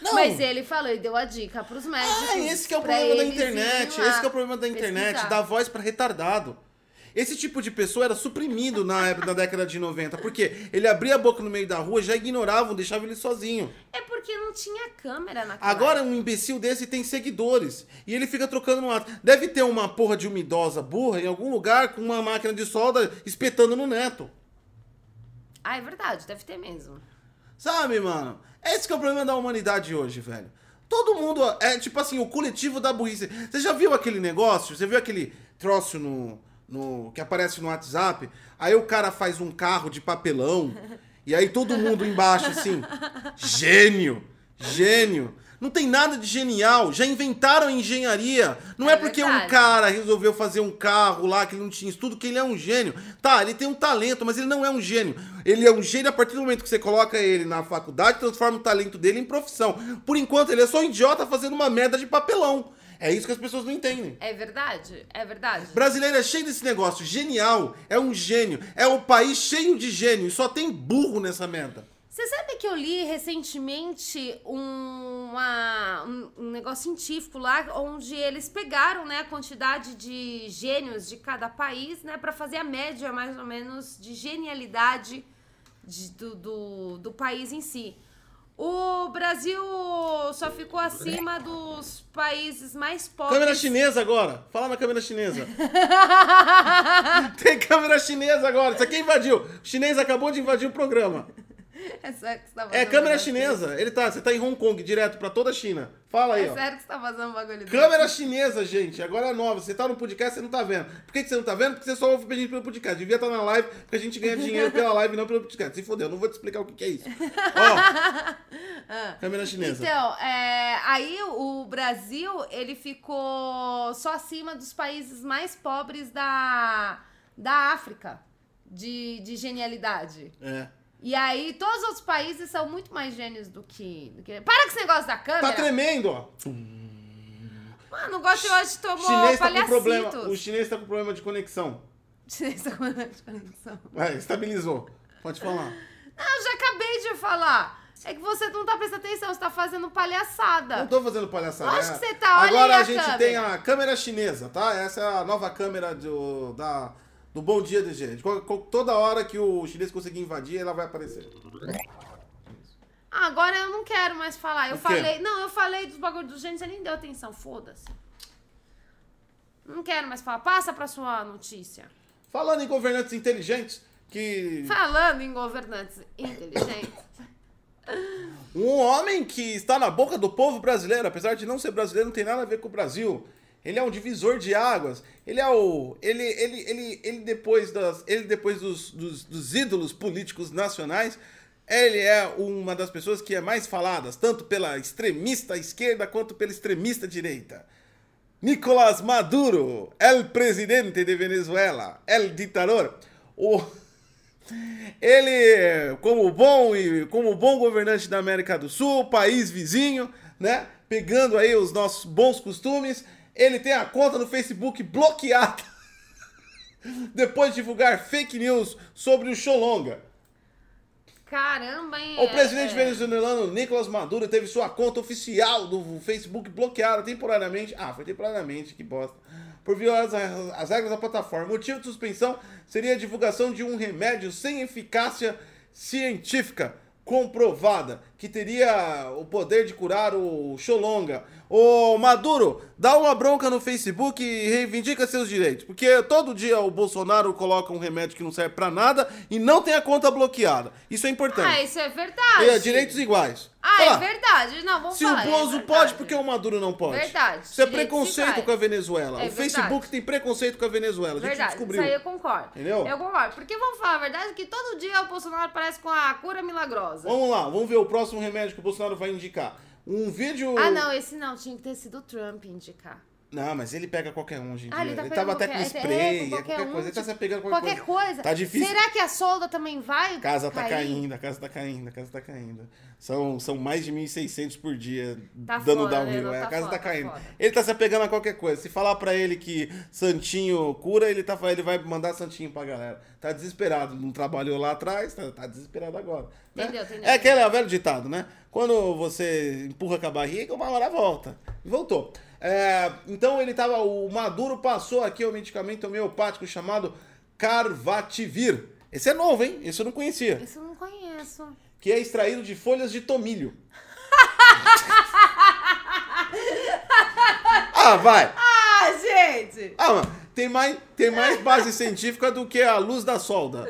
A: Não.
B: Mas ele falou e deu a dica pros médicos.
A: Ah, esse que é o
B: Tipo, pra
A: problema da
B: eles irem
A: internet.
B: lá
A: Esse que é o problema da internet,
B: pesquisar.
A: dá voz pra retardado. Esse tipo de pessoa era suprimido na época da década de 90, porque ele abria a boca no meio da rua, já ignoravam, deixavam ele sozinho.
B: É porque não tinha câmera na
A: Agora um imbecil desse tem seguidores e ele fica trocando no ato. Deve ter uma porra de uma idosa burra em algum lugar com uma máquina de solda espetando no neto.
B: Ah, é verdade, deve ter mesmo.
A: Sabe, mano? Esse que é o problema da humanidade hoje, velho. Todo mundo é tipo assim, o coletivo da burrice. Você já viu aquele negócio? Você viu aquele troço no, no que aparece no WhatsApp? Aí o cara faz um carro de papelão e aí todo mundo embaixo assim, gênio, gênio. Não tem nada de genial, já inventaram a engenharia. Não é,
B: É
A: porque um
B: verdade.
A: cara resolveu fazer um carro lá que ele não tinha estudo que ele é um gênio. Tá, ele tem um talento, mas ele não é um gênio. Ele é um gênio a partir do momento que você coloca ele na faculdade, transforma o talento dele em profissão. Por enquanto, ele é só um idiota fazendo uma merda de papelão. É isso que as pessoas não entendem.
B: É verdade, é verdade.
A: Brasileiro é cheio desse negócio, genial, é um gênio, é um país cheio de gênio, e só tem burro nessa merda.
B: Você sabe que eu li recentemente um- uma- um, um negócio científico lá, onde eles pegaram né, a quantidade de gênios de cada país, né, para fazer a média mais ou menos de genialidade de- do, do, do país em si. O Brasil só ficou acima dos países mais pobres.
A: Câmera chinesa agora. Fala na câmera chinesa. Tem câmera chinesa agora. Isso aqui invadiu. O chinês acabou de invadir o programa.
B: [LAUGHS] É sério que você tá fazendo
A: É
B: um
A: câmera
B: negócio
A: chinesa. Ele tá, você tá em Hong Kong direto pra toda a China. Fala aí,
B: desse? É
A: ó.
B: sério que você tá fazendo um bagulho desse?
A: Câmera chinesa, gente, agora é nova. Você tá no podcast, você não tá vendo. Por que, que você não tá vendo? Porque você só ouve a gente pelo podcast. Devia estar na live, porque a gente ganha dinheiro pela live e não pelo podcast. Se fodeu, eu não vou te explicar o que, que é
B: [LAUGHS]
A: isso. Ó,
B: [LAUGHS] Ah.
A: câmera chinesa.
B: Então, é, aí o Brasil, ele ficou só acima dos países mais pobres da, da África de, de genialidade.
A: É.
B: E aí, todos os outros países são muito mais gênios do que... Do que... Para com esse negócio da
A: Tá
B: câmera!
A: tremendo, ó.
B: Mano, o Gotti hoje
A: O
B: tomou
A: chinês tá com
B: palhacitos.
A: problema. O chinês tá com problema de conexão.
B: [LAUGHS] Chinês tá com desconexão.
A: Vai, estabilizou. Pode falar.
B: Não, eu já acabei de falar. É que você não tá prestando atenção, você tá fazendo palhaçada.
A: Não tô fazendo palhaçada.
B: Lógico que
A: é-
B: você tá, olha
A: Agora
B: aí
A: a
B: a
A: gente
B: câmera.
A: tem a câmera chinesa, tá? Essa é a nova câmera do, da, do Bom Dia DG. De qual- qual- Toda hora que o chinês conseguir invadir, ela vai aparecer.
B: Ah, agora eu não quero mais falar. Eu
A: O quê?
B: falei. Não, eu falei dos bagulhos dos gênios, você nem deu atenção, foda-se. Não quero mais falar. Passa pra sua notícia.
A: Falando em governantes inteligentes, que
B: Falando em governantes inteligentes.
A: um homem que está na boca do povo brasileiro, apesar de não ser brasileiro, não tem nada a ver com o Brasil. Ele é um divisor de águas. Ele é o. Ele, ele, ele, ele depois, das, ele depois dos, dos, dos ídolos políticos nacionais, ele é uma das pessoas que é mais faladas, tanto pela extremista esquerda quanto pela extremista direita. Nicolás Maduro, el presidente de Venezuela, el ditador. O... Ele, como bom e como bom governante da América do Sul, país vizinho, né? Pegando aí os nossos bons costumes, ele tem a conta no Facebook bloqueada [LAUGHS] depois de divulgar fake news sobre o Xolonga.
B: Caramba, hein?
A: O presidente
B: É.
A: venezuelano Nicolás Maduro teve sua conta oficial do Facebook bloqueada temporariamente. Ah, foi temporariamente, que bosta. Por violar as, as regras da plataforma. O motivo de suspensão seria a divulgação de um remédio sem eficácia científica comprovada, que teria o poder de curar o Xolonga. Ô Maduro, dá uma bronca no Facebook e reivindica seus direitos, porque todo dia o Bolsonaro coloca um remédio que não serve pra nada e não tem a conta bloqueada. Isso é importante.
B: Ah, isso é verdade.
A: É, direitos iguais.
B: Ah,
A: Olha lá,
B: é verdade. Não, vamos
A: Se
B: falar.
A: o
B: é
A: Bozo
B: verdade.
A: pode, por que o Maduro não pode?
B: Verdade,
A: Isso é
B: direitos
A: preconceito
B: iguais.
A: com a Venezuela.
B: É
A: o Facebook
B: verdade.
A: tem preconceito com a Venezuela. A gente
B: Verdade,
A: descobriu.
B: isso aí é eu concordo.
A: Entendeu?
B: Eu concordo. Porque vamos falar a verdade que todo dia o Bolsonaro aparece com a cura milagrosa.
A: Vamos lá, vamos ver o próximo remédio que o Bolsonaro vai indicar. Um vídeo.
B: Ah, não, esse não. Tinha que ter sido o Trump indicar.
A: Não, mas ele pega qualquer um, gente.
B: Ah, ele tá
A: tava
B: pegando
A: até com
B: qualquer- é,
A: spray,
B: com
A: é,
B: qualquer
A: qualquer,
B: um,
A: coisa. Ele tá
B: tipo,
A: sempre pegando qualquer,
B: Qualquer coisa.
A: Tá difícil.
B: Será que a solda também vai?
A: A casa tá
B: cair?
A: caindo, a casa tá caindo, a casa tá caindo. São, são mais de 1.600 por dia
B: Tá
A: dando
B: foda,
A: downhill.
B: né?
A: é, a
B: Tá
A: casa
B: foda,
A: tá
B: tá
A: caindo.
B: foda.
A: ele tá se apegando a qualquer coisa. Se falar pra ele que Santinho cura, ele, tá, ele vai mandar Santinho pra galera. Tá desesperado. Não trabalhou lá atrás, tá, tá desesperado agora. né?
B: Entendeu, entendeu.
A: É aquele velho ditado, né? Quando você empurra com a barriga, uma hora volta. E voltou. É, então ele tava. O Maduro passou aqui o medicamento homeopático chamado Carvativir. Esse é novo, hein? Esse eu não conhecia
B: Isso eu não conheço.
A: que é extraído de folhas de tomilho. ah, vai!
B: Ah, gente!
A: Ah, mano, tem mais, tem mais base científica do que a luz da solda.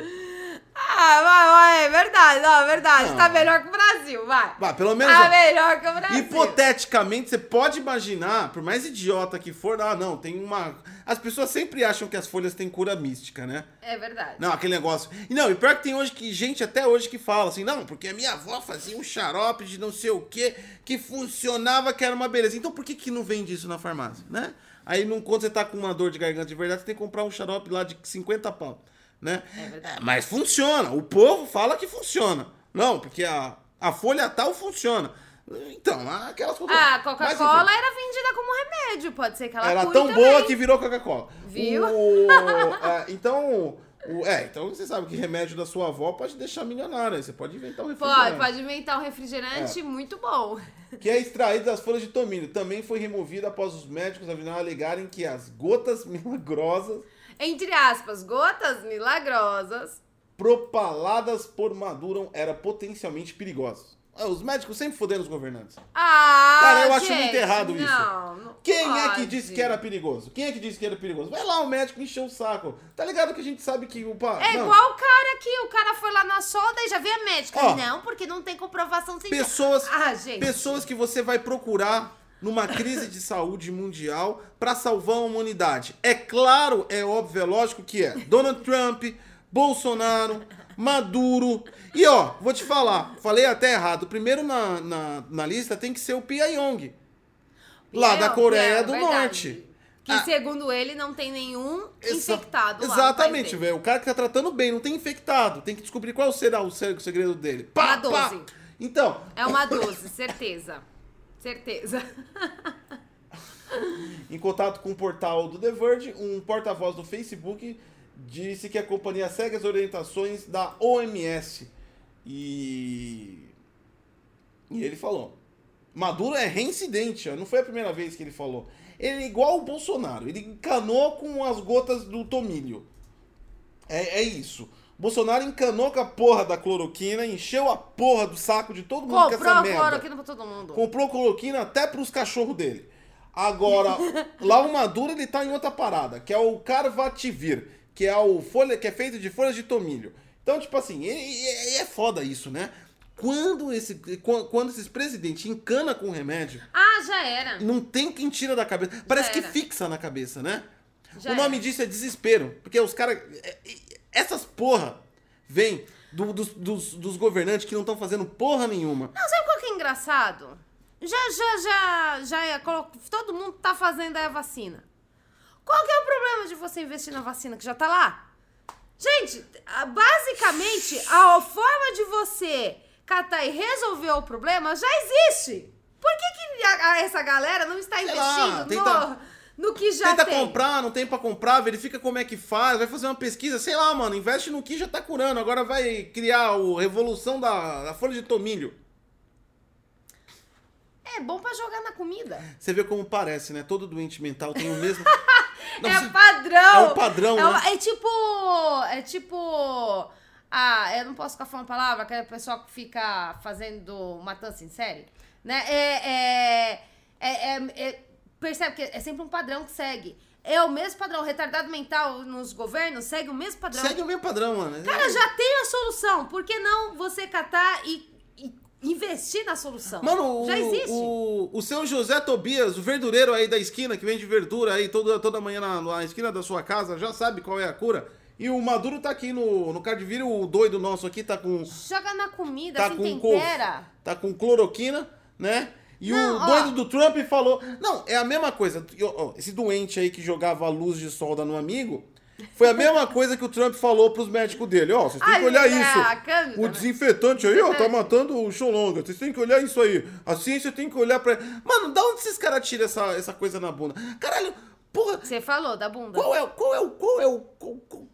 B: Ah, vai, vai, é verdade, não, é verdade.
A: Não.
B: Tá melhor que o Brasil, vai.
A: Vai, pelo menos.
B: Tá melhor que o Brasil.
A: Hipoteticamente, você pode imaginar, por mais idiota que for, ah, não, tem uma. As pessoas sempre acham que as folhas têm cura mística, né?
B: É verdade.
A: Não, aquele negócio. E não, e pior que tem hoje que gente até hoje que fala assim, não, porque a minha avó fazia um xarope de não sei o que que funcionava, que era uma beleza. Então por que que não vende isso na farmácia, né? Aí não, quando você tá com uma dor de garganta de verdade, você tem que comprar um xarope lá de 50 pau, né?
B: verdade.
A: É, mas funciona. O povo fala que funciona. Não, porque a, a folha tal funciona. Então, aquelas coisas.
B: Ah,
A: Mas,
B: a
A: enfim
B: Coca-Cola era vendida como remédio, pode ser que ela
A: era
B: cure
A: tão
B: também.
A: boa que virou Coca-Cola.
B: Viu?
A: O- é, então, o- é, então você sabe que remédio da sua avó pode deixar milionária. Você pode inventar um refrigerante.
B: Pode, pode inventar um refrigerante
A: É.
B: muito bom.
A: Que é extraído das folhas de tomilho. Também foi removido após os médicos afinal alegarem que as gotas [LAUGHS] milagrosas
B: Entre aspas, gotas milagrosas.
A: propaladas por Maduro eram potencialmente perigosas. Ah, Os médicos sempre fuderam os governantes.
B: Ah,
A: Cara, eu acho
B: gente,
A: muito errado isso.
B: Não, não
A: Quem é que
B: pode.
A: disse que era perigoso? Quem é que disse que era perigoso? Vai lá, o médico encheu o saco. Tá ligado que a gente sabe que o pa...
B: É
A: não.
B: igual o cara que o cara foi lá na solda e já via médica.
A: Ó.
B: não, porque não tem comprovação científica.
A: pessoas,
B: Ah, gente.
A: pessoas que você vai procurar numa crise de saúde mundial pra salvar a humanidade. É claro, é óbvio, é lógico que é. Donald Trump, Bolsonaro, Maduro. E ó, vou te falar, falei até errado. Primeiro na, na, na lista tem que ser o Pia Yong, lá da
B: Pior,
A: Coreia
B: pior,
A: do
B: é, verdade.
A: Norte.
B: Que
A: Ah.
B: segundo ele não tem nenhum
A: Exa-
B: infectado lá.
A: Exatamente,
B: vai ver.
A: velho. O cara que tá tratando bem, não tem infectado. Tem que descobrir qual será o se- o segredo dele. Pá,
B: Uma
A: pá.
B: dose.
A: Então,
B: É uma 12, certeza. Certeza.
A: em contato com o portal do The Verge, um porta-voz do Facebook disse que a companhia segue as orientações da OMS. E. E ele falou. Maduro é reincidente, ó, não foi a primeira vez que ele falou. Ele é igual o Bolsonaro, ele encanou com as gotas do tomilho. É, é isso. Bolsonaro encanou com a porra da cloroquina, encheu a porra do saco de todo mundo com
B: Comprou
A: é essa
B: a
A: merda.
B: cloroquina é pra todo mundo.
A: Comprou cloroquina até pros cachorros dele.
B: [LAUGHS]
A: Agora, lá o Maduro ele tá em outra parada, que é o Carvativir, que é o folha que é feito de folhas de tomilho. Então, tipo assim, e, e- e é foda isso, né? Quando, esse, quan- quando esses presidentes encana com remédio,
B: Ah, já era.
A: não tem quem tira da cabeça. Parece que
B: era.
A: fixa na cabeça, né?
B: Já
A: o nome
B: era.
A: disso é desespero. Porque os caras. Essas porra vêm do- dos, dos- dos governantes que não estão fazendo porra nenhuma.
B: Não, sabe qual que é engraçado? Já, já, já, já é. colo- Todo mundo tá fazendo aí a vacina. Qual que é o problema de você investir na vacina que já tá lá? Gente, a- basicamente, a forma de você catar e resolver o problema já existe. Por que, que a- a- essa galera não está
A: Sei
B: investindo
A: lá, tenta-
B: no, no que já
A: Tenta
B: tem?
A: comprar, não tem pra comprar, verifica como é que faz, vai fazer uma pesquisa, sei lá, mano, investe no que já tá curando, agora vai criar o revolução da, da folha de tomilho.
B: É bom pra jogar na comida.
A: Você vê como parece, né? Todo doente mental tem o
B: [LAUGHS]
A: mesmo. Não,
B: é
A: você-
B: padrão.
A: É o padrão,
B: É, o-
A: né?
B: é tipo. É tipo. Ah, eu não posso ficar falando palavra, aquele pessoal que fica fazendo matança em série. Né? É, é, é- é- é- percebe que é sempre um padrão que segue. É o mesmo padrão. O retardado mental nos governos segue o mesmo padrão.
A: Segue o mesmo padrão, mano.
B: Cara, já tem a solução. Por que não você catar e, e investir na solução?
A: Mano, o,
B: já existe.
A: O, o seu José Tobias, o verdureiro aí da esquina, que vende verdura aí toda, toda manhã na, na esquina da sua casa, já sabe qual é a cura. E o Maduro tá aqui no, no Cardivírus, o doido nosso aqui tá com
B: Joga na comida,
A: tá
B: se
A: com co-
B: tempera.
A: tá com cloroquina, né? E
B: Não,
A: o
B: ó.
A: doido do Trump falou. Não, é a mesma coisa. Eu- ó, Esse doente aí que jogava a luz de solda no amigo. Foi a
B: [LAUGHS]
A: mesma coisa que o Trump falou pros médicos dele. Ó, vocês têm
B: Ah,
A: que olhar
B: é, a
A: isso.
B: Cândida,
A: o
B: né?
A: desinfetante aí,
B: [LAUGHS]
A: ó, tá matando o Xolonga. Vocês têm que olhar isso aí. A ciência tem que olhar pra. Mano, da onde esses caras tiram essa, essa coisa na bunda? Caralho, porra,
B: Você falou da bunda.
A: qual é, o- qual é o. Qual é o. Qual, qual-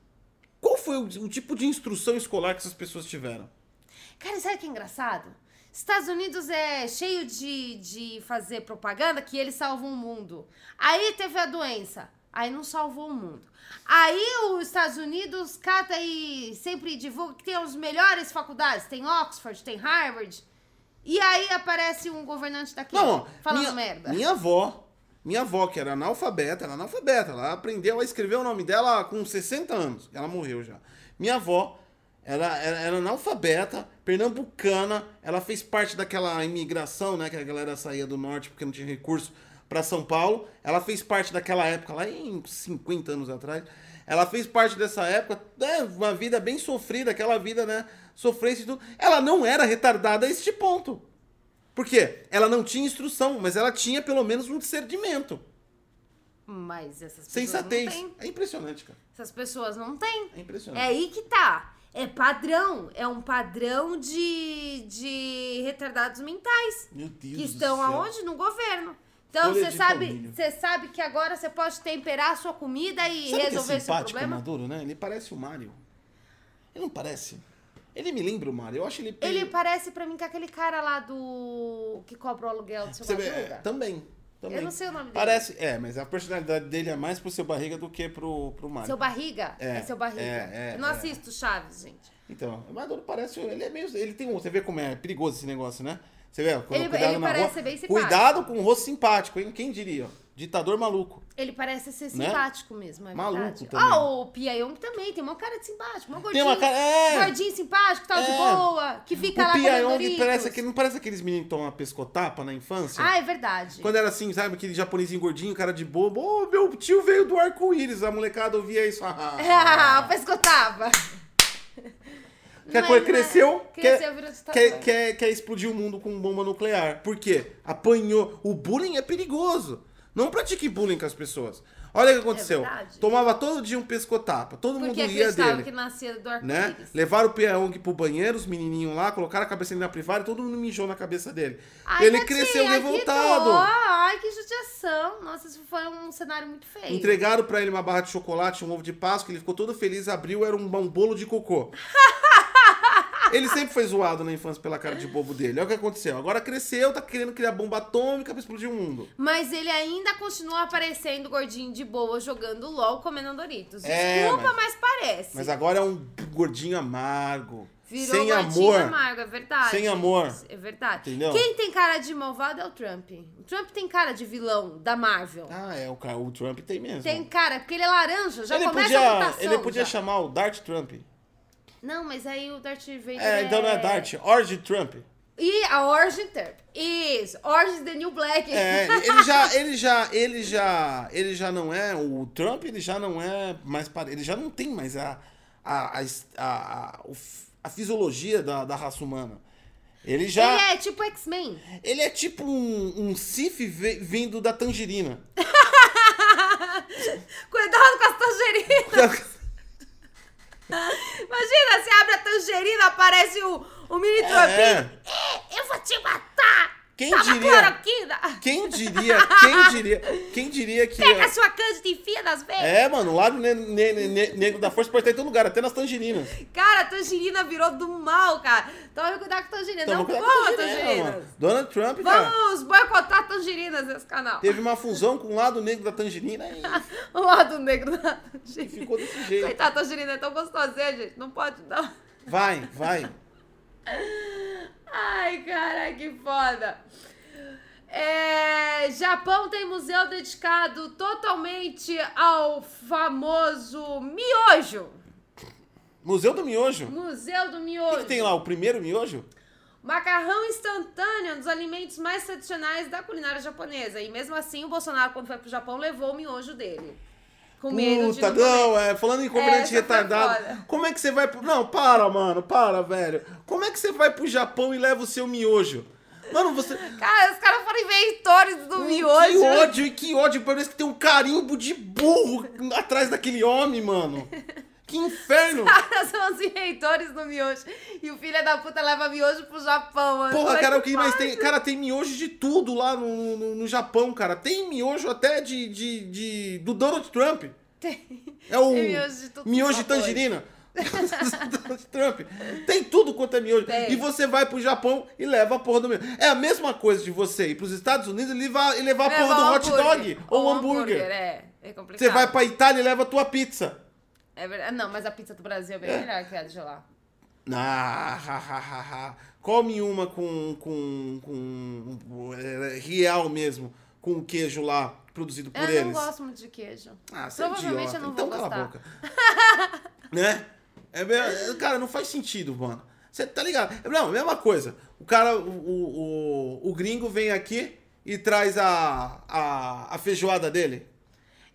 A: qual foi o, o tipo de instrução escolar que essas pessoas tiveram?
B: Cara, sabe o que é engraçado? Estados Unidos é cheio de, de fazer propaganda que eles salvam o mundo. Aí teve a doença. Aí não salvou o mundo. Aí os Estados Unidos cata e sempre divulga que tem as melhores faculdades. Tem Oxford, tem Harvard. E aí aparece um governante daqui
A: Não, ó,
B: falando
A: minha,
B: merda.
A: Minha avó, minha avó, que era analfabeta, era analfabeta, ela aprendeu a escrever o nome dela com 60 anos. Ela morreu já. Minha avó ela era, era analfabeta, pernambucana, ela fez parte daquela imigração, né? Que a galera saía do norte porque não tinha recurso pra São Paulo. Ela fez parte daquela época, lá em 50 anos atrás. Ela fez parte dessa época, né, uma vida bem sofrida, aquela vida, né? Sofrência e tudo. Ela não era retardada a este ponto. Por quê? Ela não tinha instrução, mas ela tinha pelo menos um discernimento.
B: Mas essas pessoas não
A: Sensatez.
B: têm.
A: É impressionante, cara.
B: Essas pessoas não têm.
A: É impressionante.
B: É aí que tá. É padrão. É um padrão de, de retardados mentais.
A: Meu Deus
B: É que
A: do
B: estão
A: céu.
B: aonde? No governo. Então
A: Folha
B: você
A: de
B: sabe,
A: tomilho.
B: você sabe que agora você pode temperar a sua comida e
A: Sabe que
B: resolver
A: é
B: seu
A: simpático o
B: problema.
A: Maduro, né? Ele parece o Mario. Ele não parece? Ele me lembra o Mario. Eu acho ele...
B: Ele parece pra mim que aquele cara lá do que cobra o aluguel do seu
A: Você vê- é,
B: Madruga.
A: também. Também.
B: Eu não sei o nome dele.
A: Parece, é, mas a personalidade dele é mais pro seu barriga do que pro, pro Mario.
B: Seu barriga?
A: É,
B: É, seu barriga.
A: é, é,
B: Eu não
A: é.
B: assisto Chaves, gente.
A: Então, o Maduro parece. Ele é meio. Ele tem um. Você vê como é perigoso esse negócio, né? Você vê? quando-
B: Ele- ele parece ser bem simpático.
A: Cuidado com o rosto simpático, hein? Quem diria? Ditador maluco.
B: Ele parece ser
A: Né?
B: simpático mesmo, é
A: Maluco
B: verdade.
A: também.
B: Ah, o Pia Yong também tem uma cara de simpático, uma
A: Tem
B: gordinho.
A: uma cara. É!
B: Gordinho, simpático, tal, de
A: É.
B: boa, que fica lá
A: o
B: comendo
A: Piayong
B: Doritos.
A: parece aquele, não parece aqueles meninos que tomam uma pescotapa na infância?
B: Ah, é verdade.
A: Quando era assim, sabe, aquele japonesinho gordinho, cara de bobo. Ô, meu tio veio do arco-íris, a molecada ouvia
B: [LAUGHS]
A: isso.
B: [LAUGHS]
A: [LAUGHS]
B: Ah, pescotava.
A: Que a
B: Mas,
A: coisa
B: né,
A: cresceu,
B: Cresceu,
A: quer-
B: virou ditador.
A: quer, quer, quer explodir o mundo com bomba nuclear. Por quê? Apanhou. O bullying é perigoso. Não pratique bullying com as pessoas. Olha o que aconteceu.
B: É verdade.
A: Tomava todo dia um pescotapa. Todo
B: Porque
A: mundo ia
B: acreditava
A: dele.
B: que nascia do
A: Né?
B: arco-íris.
A: Levaram o Pyong pro banheiro, os menininhos lá, colocaram a cabeça dele na privada e todo mundo mijou na cabeça dele.
B: Ai,
A: Ele
B: tadinha,
A: cresceu
B: que
A: revoltado.
B: dó, Ai, que judiação. Nossa, isso foi um cenário muito feio.
A: Entregaram pra ele uma barra de chocolate, um ovo de Páscoa, ele ficou todo feliz, abriu, era um, um bolo de
B: [LAUGHS]
A: cocô. ele sempre foi zoado na infância pela cara de bobo dele. Olha o que aconteceu. Agora cresceu, tá querendo criar bomba atômica pra explodir o mundo.
B: Mas ele ainda continua aparecendo gordinho de boa, jogando LOL, comendo Doritos.
A: É,
B: Desculpa, mas,
A: mas-
B: parece.
A: Mas agora é um gordinho amargo,
B: Virou
A: sem
B: gordinho
A: amor.
B: amargo, é verdade.
A: Sem amor.
B: É verdade.
A: Entendeu?
B: Quem tem cara de malvado é o Trump. O Trump tem cara de vilão da Marvel.
A: Ah, é, o, cara- o Trump tem mesmo.
B: Tem cara, porque ele é laranja, já
A: ele,
B: começa a
A: podia,
B: mutação.
A: ele podia
B: já.
A: chamar o Dart Trump.
B: Não, mas aí o Darth Vader
A: É, então não é Dart, Orge Trump.
B: E a Orange Trump. Isso, Orange is the New Black.
A: É,
B: [LAUGHS]
A: ele já, ele já, ele já, ele já não é o Trump, ele já não é mais pare- ele já não tem mais a a, a, a, a- o f- a fisiologia da, da raça humana. Ele já, ele
B: Ele é tipo X-Men.
A: é, tipo um, um Sif ve- vindo da [LAUGHS] tangerina.
B: Cuidado com as tangerinas. Imagina, você abre a tangerina, aparece o, o mini
A: É.
B: Trumpinho. Ih, eu vou te matar.
A: Quem
B: Toma
A: diria?
B: cloroquina.
A: Quem diria, quem diria, quem diria que
B: Pega a sua cândida e enfia nas veias.
A: é, mano, o lado ne- ne- ne- negro da força pode estar em todo lugar, até nas tangerinas.
B: Cara, a tangerina virou do mal, cara. Tome cuidado com a tangerina.
A: Então,
B: Não
A: vamos cuidar
B: coma
A: com a tangerina,
B: tangerinas.
A: mano. Donald Trump, cara,
B: Vamos boicotar tangerinas nesse canal.
A: teve uma fusão com o lado negro da tangerina e
B: [LAUGHS] O lado negro da tangerina.
A: ficou desse jeito.
B: Coitada, a tangerina é tão gostosinha, gente. Não pode não.
A: Vai, vai.
B: Ai, cara, que foda. É, Japão tem museu dedicado totalmente ao famoso miojo.
A: Museu do Miojo. O
B: Museu do
A: que,
B: miojo.
A: que tem lá? O primeiro miojo?
B: Macarrão instantâneo, um dos alimentos mais tradicionais da culinária japonesa. E mesmo assim, o Bolsonaro, quando foi pro Japão, levou o miojo dele. Com medo de
A: Puta,
B: não comer.
A: não, é. Falando em comediante
B: Essa foi foda.
A: retardado. Como é que você vai pro. Não, para, mano, para, velho. Como é que você vai pro Japão e leva o seu miojo? Mano, você.
B: Cara, os caras foram inventores do
A: Um Que
B: miojo.
A: ódio, que ódio. Parece que tem um carimbo de burro atrás daquele homem, mano. Que inferno.
B: caras são os inventores do miojo. E o filho da puta leva miojo pro Japão, mano.
A: Porra,
B: Como é
A: cara,
B: que
A: o que mais tem. Cara, tem miojo de tudo lá no, no, no Japão, cara. Tem miojo até de. de, de- do Donald Trump. É o.
B: Tem miojo de tudo é
A: miojo
B: que
A: de
B: sabor.
A: tangerina. [LAUGHS] Donald Trump. Tem tudo quanto é miojo.
B: Tem.
A: E você vai pro Japão e leva a porra do miojo. É a mesma coisa de você ir pros Estados Unidos e levar, e levar a
B: É,
A: porra
B: vai
A: do
B: um
A: hot dog ou um hambúrguer.
B: É, é complicado.
A: Você vai pra Itália e leva a tua pizza.
B: É verdade. Não, mas a pizza do Brasil é bem melhor que a de lá.
A: Ah, ha, ha, ha, ha. Come uma com, com, com é, real mesmo, com queijo lá produzido por
B: eu
A: eles.
B: não gosto muito de queijo.
A: Ah, você é
B: Provavelmente
A: idiota.
B: eu não
A: então
B: vou
A: cala
B: gostar.
A: a boca.
B: [LAUGHS]
A: né? É, me- cara, não faz sentido, mano. Você tá ligado? Não, mesma coisa. O cara, o, o, o- o gringo vem aqui e traz a, a, a feijoada dele.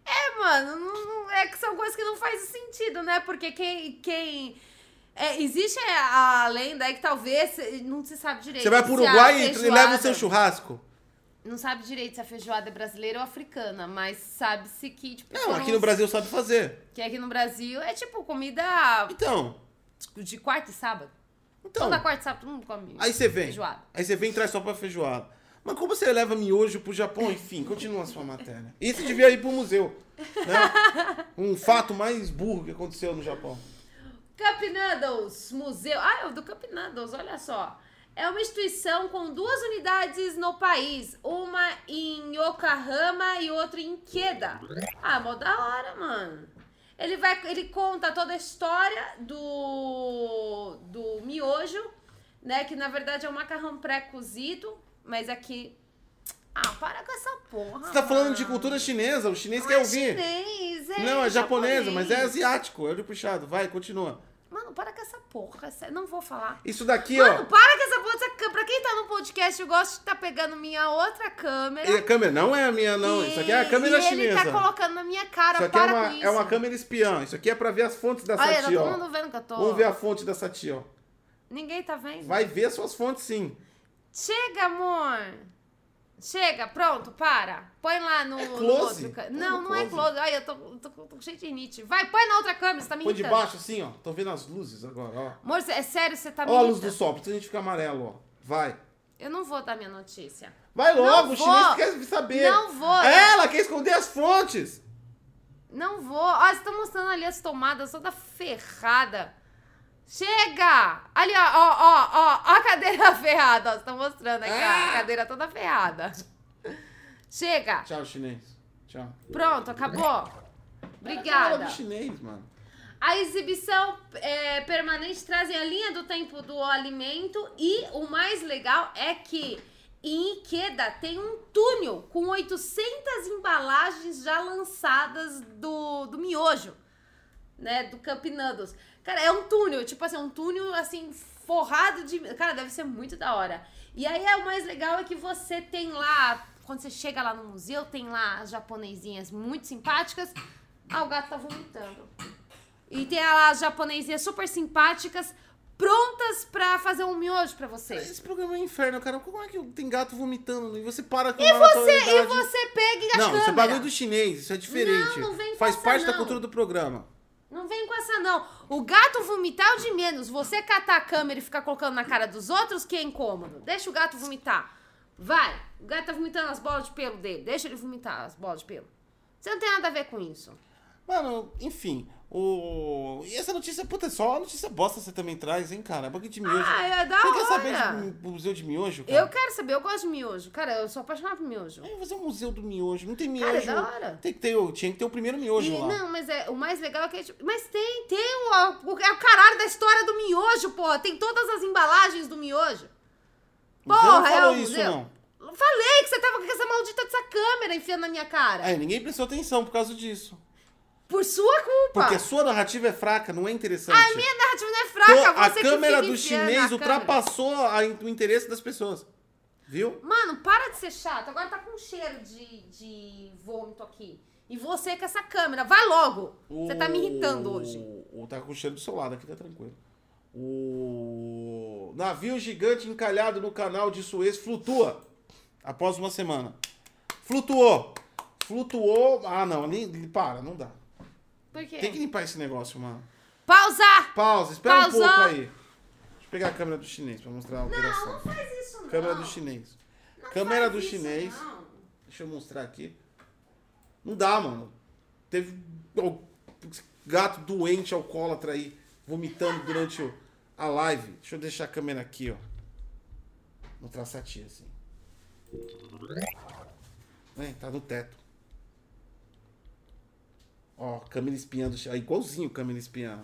B: É, mano, não- não- é que são coisas que não fazem sentido, né? Porque quem. quem... é, existe a lenda aí que talvez não se sabe direito.
A: Você vai
B: se
A: pro
B: a
A: Uruguai e leva o seu
B: feijoada-
A: churrasco.
B: Não sabe direito se a feijoada é brasileira ou africana, mas sabe-se que, tipo,
A: Não,
B: foram
A: aqui no
B: os-
A: Brasil sabe fazer.
B: Que aqui no Brasil é tipo comida
A: Então,
B: de quarta e sábado.
A: então.
B: Toda quarta e sábado todo mundo come.
A: Aí você vem.
B: Feijoada.
A: Aí você vem e traz só pra feijoada. Mas como você leva miojo pro Japão? Enfim, continua a sua matéria. Isso devia ir pro museu.
B: [LAUGHS]
A: Né? Um fato mais burro que aconteceu no Japão.
B: Cup Noodles Museu. Ah, é o do Cup Noodles, olha só. É uma instituição com duas unidades no país, uma em Yokohama e outra em Queda. Ah, mó da hora, mano. Ele, vai, ele conta toda a história do, do miojo, né? Que na verdade é um macarrão pré-cozido, mas aqui. Ah, para com essa porra.
A: Você tá falando de
B: mano.
A: cultura chinesa, o chinês
B: Não
A: quer
B: é
A: ouvir.
B: Chinês, é
A: Não, é japonesa,
B: japonês.
A: mas é asiático, é olho puxado. Vai, continua.
B: Mano, para com essa porra. sério, Não vou falar.
A: Isso daqui,
B: Mano,
A: ó.
B: para com essa porra dessa câmera. Pra quem tá no podcast, eu gosto de estar pegando minha outra câmera.
A: É a câmera, não é a minha, não.
B: E-
A: Isso aqui é a câmera
B: e
A: chinesa.
B: ele tá colocando na minha cara,
A: Isso aqui é
B: para
A: uma,
B: com isso.
A: é uma câmera espiã. Isso aqui é pra ver as fontes da
B: Olha, tá
A: Sati,
B: todo
A: ó.
B: mundo vendo que eu tô...
A: Vamos ver a fonte da Sati, ó.
B: Ninguém tá vendo.
A: Vai ver suas fontes, sim.
B: Chega, amor. Chega, pronto, para. Põe lá no, no
A: É close.
B: outro ca-
A: Põe no
B: Não, não é
A: close.
B: close. Ai, eu tô, tô, tô cheio de rinite. Vai, põe na outra câmera, você tá me
A: Põe de
B: irritando.
A: baixo, assim, ó. Tô vendo as luzes agora, ó.
B: Amor, cê- é sério, você tá me
A: Ó a luz do
B: irritando.
A: sol, precisa a gente ficar amarelo, ó. Vai.
B: Eu não vou dar minha notícia.
A: Vai
B: Não
A: logo, o
B: vou.
A: chinês quer saber.
B: Não vou.
A: Ela quer esconder as fontes.
B: Não vou. Ó, vocês estão mostrando ali as tomadas toda ferrada. Chega! Ali, ó, ó, ó, ó, ó a cadeira [LAUGHS] ferrada. Ó, vocês estão mostrando aqui ó, a
A: Ah!
B: cadeira toda ferrada. Chega!
A: Tchau, chinês. Tchau.
B: Pronto, acabou.
A: Fala
B: Obrigada.
A: do chinês, mano.
B: A exibição é, permanente trazem a linha do tempo do alimento e o mais legal é que em Ikeda tem um túnel com 800 embalagens já lançadas do, do miojo, né, do Cup Noodles. Cara, é um túnel, tipo assim, um túnel assim forrado de, cara, deve ser muito da hora. E aí é, o mais legal é que você tem lá, quando você chega lá no museu, tem lá as japonesinhas muito simpáticas. Ah, o gato tá vomitando. E tem lá as japonesinhas super simpáticas, prontas pra fazer um miojo pra você.
A: Esse programa é um inferno, cara. Como é que tem gato vomitando e você para com
B: E
A: uma
B: você, e
A: naturalidade?
B: você pega e a
A: Não,
B: câmera.
A: isso é bagulho do chinês, isso é diferente.
B: Não, não vem com
A: Faz
B: essa,
A: parte da
B: não.
A: cultura do programa.
B: Não vem com essa não. O gato vomitar é o de menos. Você catar a câmera e ficar colocando na cara dos outros que é incômodo. Deixa o gato vomitar. Vai. O gato tá vomitando as bolas de pelo dele. Deixa ele vomitar as bolas de pelo. Você não tem nada a ver com
A: Tá.
B: isso.
A: Mano, enfim. O... E essa notícia, puta, é só a notícia bosta que você também traz, hein, cara? Bagulho de miojo.
B: Ah, é da
A: você
B: hora.
A: quer saber de museu de miojo, cara?
B: Eu quero saber, eu gosto de miojo. Cara, eu sou apaixonada por miojo.
A: É, fazer um museu do miojo. Não tem
B: Cara, é
A: miojo.
B: da hora.
A: Tem que ter, o- tinha que ter o primeiro miojo
B: E-
A: lá.
B: não, mas é, o mais legal é que. é tipo- Mas tem, tem o, o- é o caralho da história do miojo, porra. Tem todas as embalagens do miojo.
A: Você não
B: Porra, é
A: falou
B: o
A: isso,
B: museu.
A: não.
B: Falei que você tava com essa maldita dessa câmera enfiando na minha cara.
A: É, ninguém prestou atenção por causa disso.
B: Por sua culpa.
A: Porque a sua narrativa é fraca, não é interessante.
B: A minha narrativa não é
A: Então,
B: fraca,
A: a
B: você que
A: câmera
B: fica
A: do
B: enfiando a
A: chinês
B: câmera.
A: ultrapassou a- o interesse das pessoas. Viu?
B: Mano, para de ser chato. Agora tá com um cheiro de, de vômito aqui. E você com essa câmera. Vai logo. Você tá me irritando
A: O-
B: hoje.
A: O... Tá com o cheiro do seu lado, aqui tá tranquilo. O navio gigante encalhado no canal de Suez flutua após uma semana. Flutuou. Flutuou. Ah, não. Nem... Para, não dá.
B: Por quê?
A: Tem que limpar esse negócio, mano.
B: Pausar!
A: Pausa, espera
B: Pausa.
A: um pouco aí. Deixa eu pegar a câmera do chinês pra mostrar a
B: Não,
A: operação.
B: não faz isso não.
A: câmera do chinês.
B: Não
A: câmera
B: faz
A: do
B: isso,
A: chinês.
B: não.
A: Deixa eu mostrar aqui. Não dá, mano. Teve o gato doente alcoólatra aí, vomitando durante o- a live. Deixa eu deixar a câmera aqui, ó. No traçatinho, assim. É, tá no teto. Ó, câmera espiã do chinês. Igualzinho câmera espiã.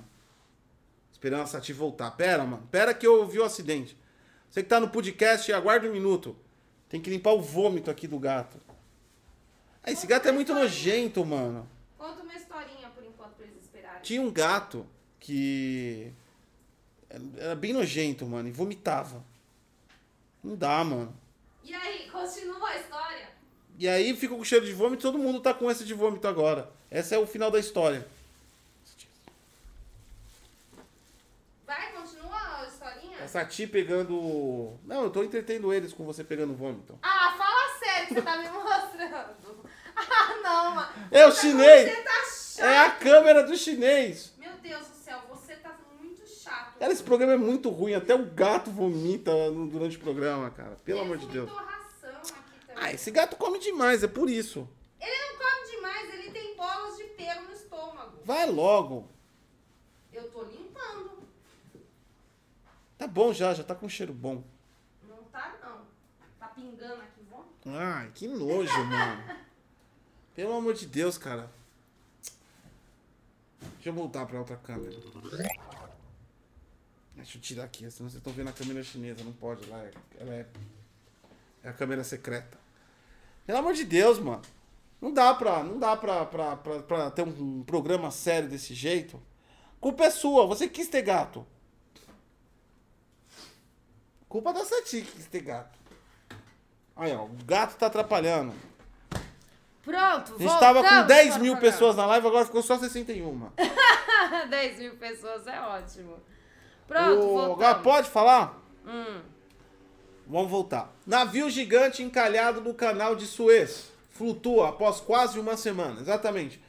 A: Esperando a Sati voltar. Pera, mano. Pera que eu ouvi o acidente. Você que tá no podcast, aguarda um minuto. Tem que limpar o vômito aqui do gato. Ah, esse gato é muito nojento, mano.
B: Conta uma historinha por enquanto pra eles esperarem.
A: Tinha um gato que. Era bem nojento, mano, e vomitava. Não dá, mano.
B: E aí, continua a história?
A: E aí fica com cheiro de vômito, todo mundo tá com essa de vômito agora. Esse é o final da história.
B: Vai, continua a historinha?
A: A Sati pegando. o- Não, eu tô entretendo eles com você pegando vômito.
B: Ah, fala sério que você tá me [LAUGHS] mostrando. Ah, não, mano.
A: É o
B: Você-
A: chinês.
B: Você tá chato.
A: É a câmera do chinês!
B: Meu Deus do céu, você tá muito chato.
A: Cara, esse programa é muito ruim, até o gato vomita no- durante o programa, cara. Pelo amor de
B: Ele
A: Deus.
B: vomitou ração aqui também.
A: Ah, esse gato come demais, é por isso.
B: Ele não come demais, ele tem bolas de pelo no estômago.
A: Vai logo.
B: Eu tô limpando.
A: Tá bom já, já tá com cheiro bom.
B: Não tá, não. Tá pingando aqui, vômito.
A: Ai, Ah, que nojo, mano. Pelo amor de Deus, cara. Deixa eu voltar pra outra câmera. Deixa eu tirar aqui, senão vocês estão vendo a câmera chinesa. Não pode lá. é- Ela é. É a câmera secreta. Pelo amor de Deus, mano. Não dá pra, não dá pra, pra, pra, pra ter um programa sério desse jeito. Culpa é sua, você quis ter gato. Culpa da Sati que quis ter gato. Aí, ó, o gato tá atrapalhando.
B: Pronto,
A: A gente tava com
B: voltamos
A: 10
B: para o
A: mil
B: programa. [LAUGHS]
A: pessoas na live, agora ficou só 61.
B: 10 mil pessoas é ótimo.
A: O...
B: Pronto, voltamos. Hum.
A: Agora pode falar? Vamos voltar. Navio gigante encalhado no canal de Suez. Flutua após quase uma semana. Exatamente.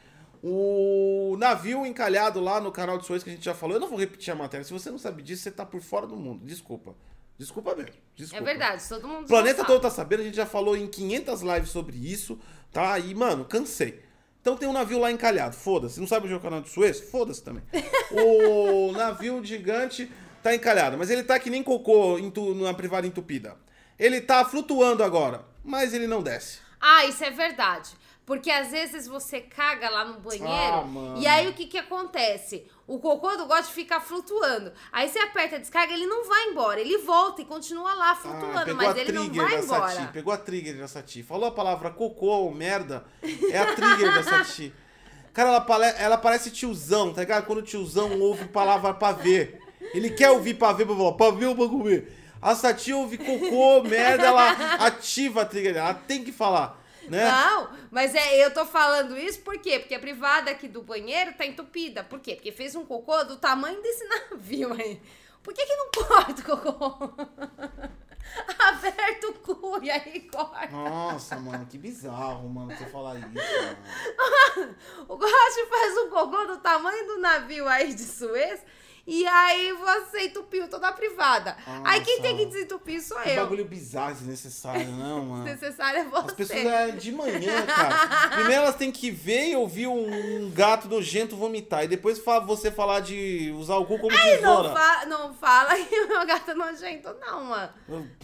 A: O navio encalhado lá no canal de Suez, que a gente já falou. Eu não vou repetir a matéria. Se você não sabe disso, você tá por fora do mundo. Desculpa. Desculpa mesmo.
B: É
A: Desculpa.
B: verdade, todo mundo
A: O planeta
B: já
A: todo
B: sabe.
A: tá sabendo, a gente já falou em 500 lives sobre isso, tá? E, mano, cansei. Então tem um navio lá encalhado, foda-se. Não sabe onde é o canal de Suez? Foda-se também. o navio gigante tá encalhado, mas ele tá que nem cocô entu- na privada entupida. Ele tá flutuando agora, mas ele não desce.
B: Ah, isso é verdade. Porque às vezes você caga lá no banheiro
A: Ah, mano.
B: e aí o que que acontece? O cocô do gosto fica flutuando. Aí você aperta a descarga, ele não vai embora, ele volta e continua lá
A: Ah,
B: flutuando,
A: pegou
B: mas
A: a
B: ele não
A: trigger
B: vai
A: da
B: embora.
A: Sati. Pegou a trigger da Sati. Falou a palavra cocô ou merda. É a trigger da Sati. Cara, ela, pare- ela parece tiozão, tá ligado? Quando o tiozão ouve palavra pavê. Ele quer ouvir pavê pra falar pavê ou pra comer. A Sati ouve cocô, merda, ela ativa a trigger dela. Ela tem que falar, né?
B: Não, mas é, eu tô falando isso por quê? Porque a privada aqui do banheiro tá entupida. Por quê? Porque fez um cocô do tamanho desse [LAUGHS] navio aí. Por que que não corta o cocô? [LAUGHS] Aperta o cu e aí corta.
A: Nossa, mano, que bizarro, mano, você falar isso. Mano.
B: O Gosto faz um cocô do tamanho do navio aí de Suez e aí você entupiu toda a privada. aí quem
A: Nossa.
B: tem que desentupir sou
A: Que
B: eu.
A: bagulho bizarro, desnecessário, não,
B: Se
A: mano.
B: necessário é
A: As
B: você.
A: pessoas é de manhã, cara. Primeiro elas têm que ver e ouvir um gato nojento vomitar. E depois fa- você falar de usar o cu como
B: Não,
A: tesoura.
B: fa não fala que [LAUGHS] o meu gato é nojento, não, mano.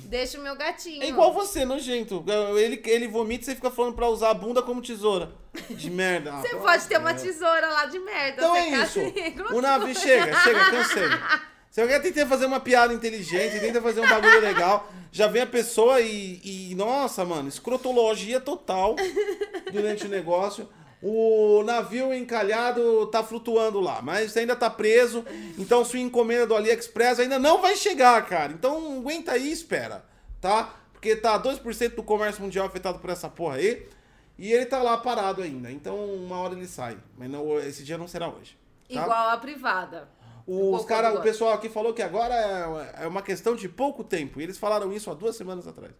B: Deixa o meu gatinho.
A: É igual você, nojento. Ele, ele vomita e você fica falando pra usar a bunda como tesoura. De merda. Ah,
B: Você
A: pelo
B: pode ter
A: amor
B: uma
A: de Deus.
B: tesoura lá de merda.
A: Então
B: você assim,
A: é
B: caça
A: isso.
B: e
A: O
B: [LAUGHS] grudou.
A: navio chega, chega, cansei. Se alguém tenta fazer uma piada inteligente, tenta fazer um bagulho legal, já vem a pessoa e, e, nossa, mano, escrotologia total durante o negócio. O navio encalhado tá flutuando lá, mas ainda tá preso. Então sua encomenda do AliExpress ainda não vai chegar, cara. Então aguenta aí e espera, tá? Porque tá 2% do comércio mundial afetado por essa porra aí. E ele tá lá parado ainda. Então uma hora ele sai. Mas não, esse dia não será hoje. tá?
B: Igual a privada.
A: Os
B: Pouco
A: cara, o
B: agora.
A: pessoal aqui falou que agora é- é uma questão de pouco tempo. E eles falaram isso há duas semanas atrás.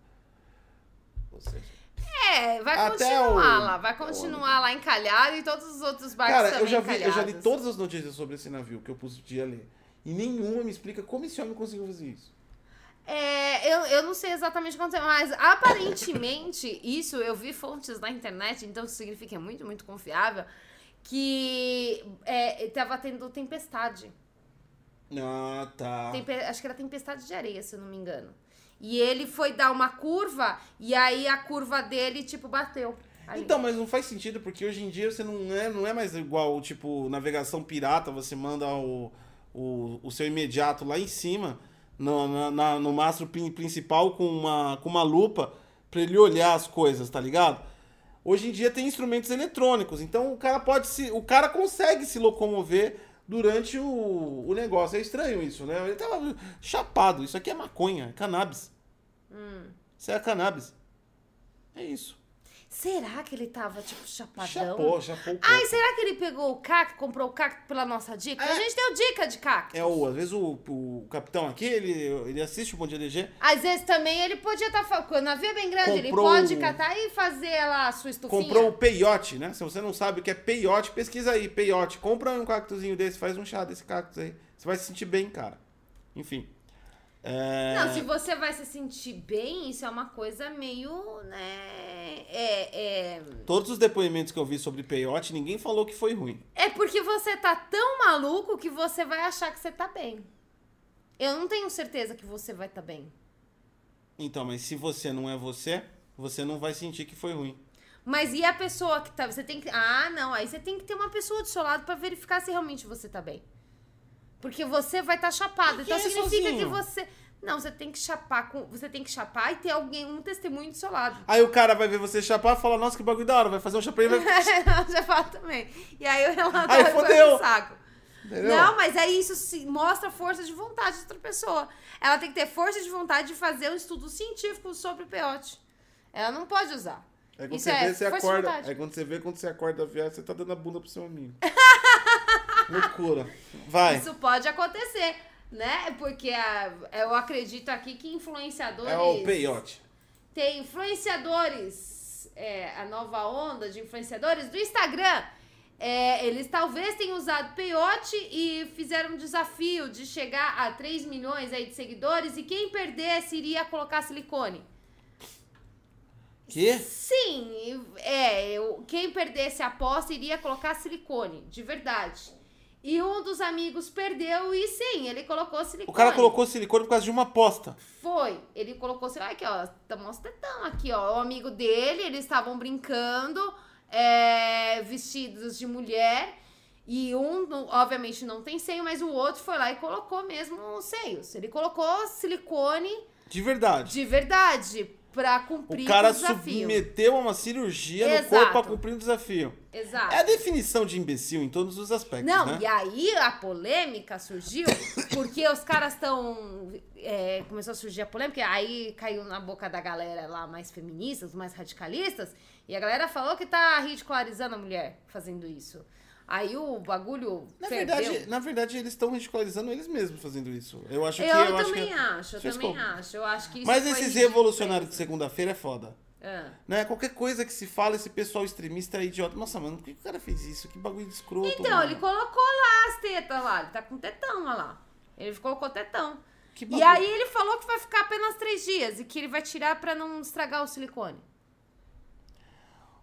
A: Ou seja,
B: É, vai
A: Até
B: continuar
A: o-
B: lá. Vai continuar lá encalhado e todos os outros barcos
A: cara,
B: também
A: eu já, vi, eu já li
B: encalhados.
A: todas as notícias sobre esse navio que eu podia ler. E nenhuma me explica como esse homem conseguiu fazer isso.
B: É, eu, eu não sei exatamente quanto é, mas aparentemente, [LAUGHS] isso eu vi fontes na internet, então isso significa que é muito, muito confiável, que é, tava tendo tempestade.
A: Ah, tá.
B: Tempe- Acho que era tempestade de areia, se eu não me engano. E ele foi dar uma curva, e aí a curva dele, tipo, bateu. ali.
A: Então, mas não faz sentido, porque hoje em dia você não é, não é mais igual, tipo, navegação pirata, você manda o, o, o seu imediato lá em cima, no, na- na- no mastro prin- principal, com uma, com uma lupa, pra ele olhar as coisas, tá ligado? Hoje em dia tem instrumentos eletrônicos, então o cara pode se. O cara consegue se locomover durante o, o negócio. É estranho isso, né? Ele tava chapado. Isso aqui é maconha, é cannabis. Isso é cannabis. É isso.
B: Será que ele tava, tipo, chapadão?
A: Chapou, chapou o coco.
B: Ai, será que ele pegou o caco, comprou o caco pela nossa dica? A gente deu dica de caco.
A: É o, às vezes o, o capitão aqui, ele, ele assiste o Bom Dia DG.
B: Às vezes também ele podia estar falando. Quando o navio é bem grande, ele
A: Comprou
B: pode
A: o-
B: catar e fazer lá a sua estufinha.
A: Comprou o peiote, né? Se você não sabe o que é peiote, pesquisa aí, peiote. Compra um cactozinho desse, faz um chá desse cactus aí. Você vai se sentir bem, cara. Enfim. É...
B: Não, se você vai se sentir bem, isso é uma coisa meio, né? É, é...
A: Todos os depoimentos que eu vi sobre peiote, ninguém falou que foi ruim.
B: é porque você tá tão maluco que você vai achar que você tá bem. Eu não tenho certeza que você vai tá bem.
A: Então, mas se você não é você, você não vai sentir que foi ruim.
B: Mas e a pessoa que tá. Você tem que. Ah, não. Aí você tem que ter uma pessoa do seu lado pra verificar se realmente você tá bem. Porque você vai estar tá chapado.
A: Por que
B: Então significa
A: sozinho?
B: que você. Não, você tem que chapar com. Você tem que chapar e ter alguém, um testemunho do seu lado. [LAUGHS]
A: Aí o cara vai ver você chapar e fala, nossa, que bagulho da hora, vai fazer um chapéu e
B: [LAUGHS]
A: vai.
B: Ela já fala também. E aí o relatório
A: Aí
B: foi
A: fodeu.
B: pro saco.
A: Entendeu?
B: Não, mas aí isso se mostra força de vontade de outra pessoa. Ela tem que ter força de vontade de fazer um estudo científico sobre peote. Ela não pode usar.
A: Aí quando
B: Isso
A: você
B: é
A: vê, você
B: força de
A: acorda.
B: vontade.
A: Aí quando você vê, quando você acorda viado, você tá dando a bunda pro seu amigo. [LAUGHS] Loucura. Vai.
B: Isso pode acontecer, né? Porque ah, eu acredito aqui que influenciadores.
A: É o peiote.
B: Tem influenciadores, é, a nova onda de influenciadores do Instagram. É, eles talvez tenham usado peiote e fizeram um desafio de chegar a 3 milhões aí de seguidores e quem perdesse iria colocar silicone.
A: Quê?
B: Sim, é, eu- quem perdesse a aposta iria colocar silicone, de verdade. E um dos amigos perdeu e sim, ele colocou
A: O
B: silicone.
A: cara colocou silicone por causa de uma aposta.
B: Foi. Ele colocou, sei lá, aqui, ó. Tá mostrando aqui, ó. O amigo dele, eles estavam brincando, é, vestidos de mulher. E um, não- obviamente, não tem seio, mas o outro foi lá e colocou mesmo os seios. Ele colocou silicone
A: De verdade.
B: de verdade pra cumprir
A: O
B: o,
A: cara
B: desafio.
A: submeteu a uma cirurgia no
B: Exato.
A: corpo pra cumprir um desafio.
B: Exato.
A: É a definição de imbecil em todos os aspectos,
B: Não,
A: né?
B: e aí a
A: [COUGHS]
B: polêmica surgiu porque os caras estão. é, começou a surgir a polêmica, e aí caiu na boca da galera lá mais feministas, mais radicalistas, e a galera falou que tá ridicularizando a mulher fazendo isso. Aí o bagulho.
A: Na
B: ferveu.
A: verdade, na verdade, eles estão ridicularizando eles mesmos fazendo isso. Eu acho
B: eu,
A: que eu acho
B: também
A: que...
B: acho, eu
A: Vocês
B: também
A: compram.
B: acho. Eu acho que isso
A: Mas
B: foi
A: esses
B: ridículo.
A: revolucionários de segunda-feira é foda.
B: Ah.
A: Né? Qualquer coisa que se fala, esse pessoal extremista é idiota. Nossa, mano, por que o cara fez isso? Que bagulho de escroto.
B: Então,
A: mano.
B: ele colocou lá as tetas lá, ele tá com tetão olha lá. Ele colocou tetão.
A: Que
B: E
A: bagulho.
B: aí ele falou que vai ficar apenas três dias e que ele vai tirar pra não estragar o silicone.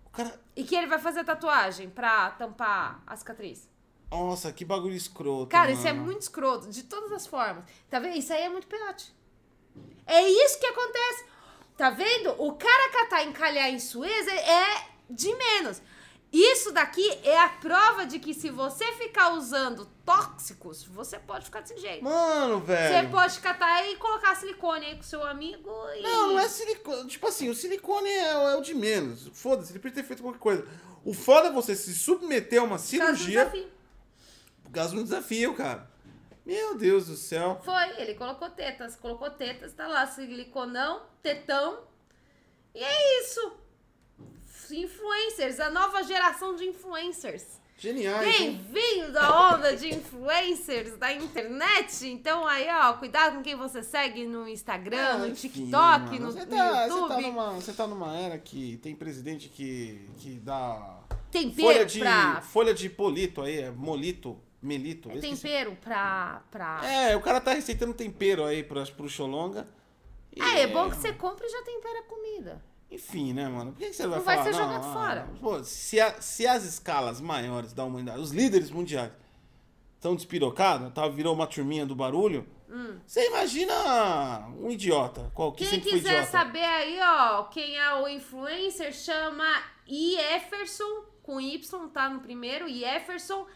A: O cara.
B: E que ele vai fazer tatuagem pra tampar a cicatriz.
A: Nossa, que bagulho escroto.
B: Cara, isso é
A: mano.
B: muito escroto, de todas as formas. Tá vendo? Isso aí é muito peote. É isso que acontece. Tá vendo? O cara catar encalhar em Suez é é de menos. Isso daqui é a prova de que se você ficar usando tóxicos, você pode ficar desse jeito.
A: Mano,
B: Você
A: velho.
B: pode catar e colocar silicone aí com seu amigo e.
A: Não, não é silicone. Tipo assim, o silicone é, é o de menos. Foda-se, ele podia ter feito qualquer coisa. O foda é você se submeter a uma
B: Por causa do
A: cirurgia
B: desafio.
A: por causa de um desafio, cara. Meu Deus do céu.
B: Foi, ele colocou tetas, colocou tetas, tá lá, siliconão, tetão. E é isso. Influencers, a nova geração de influencers.
A: Genial, hein?
B: Bem-vindo à onda de influencers da internet. Então aí, ó, cuidado com quem você segue no Instagram, no
A: enfim,
B: TikTok,
A: mano.
B: no,
A: Você
B: no
A: tá, você tá
B: YouTube.
A: numa, você tá numa era que tem presidente que, que dá. Folha
B: Tempero
A: de,
B: pra. É
A: folha de polito aí, é molito, melito. eu esqueci.
B: Tempero pra. pra...
A: É, o cara tá receitando tempero aí pras, pro Xolonga. E,
B: É, é bom que você compra e já tempera a comida.
A: Enfim, né, mano? Por que que você vai
B: Não vai
A: falar?
B: ser jogado
A: ah,
B: fora.
A: pô, se, a- se as escalas maiores da humanidade, os líderes mundiais, estão despirocados, tá, virou uma turminha do barulho, você imagina um idiota, qualquer
B: Hum. Quem
A: sempre foi
B: quiser
A: idiota.
B: saber aí, ó, quem é o influencer, chama Ieferson, com Y, tá no primeiro, Ieferson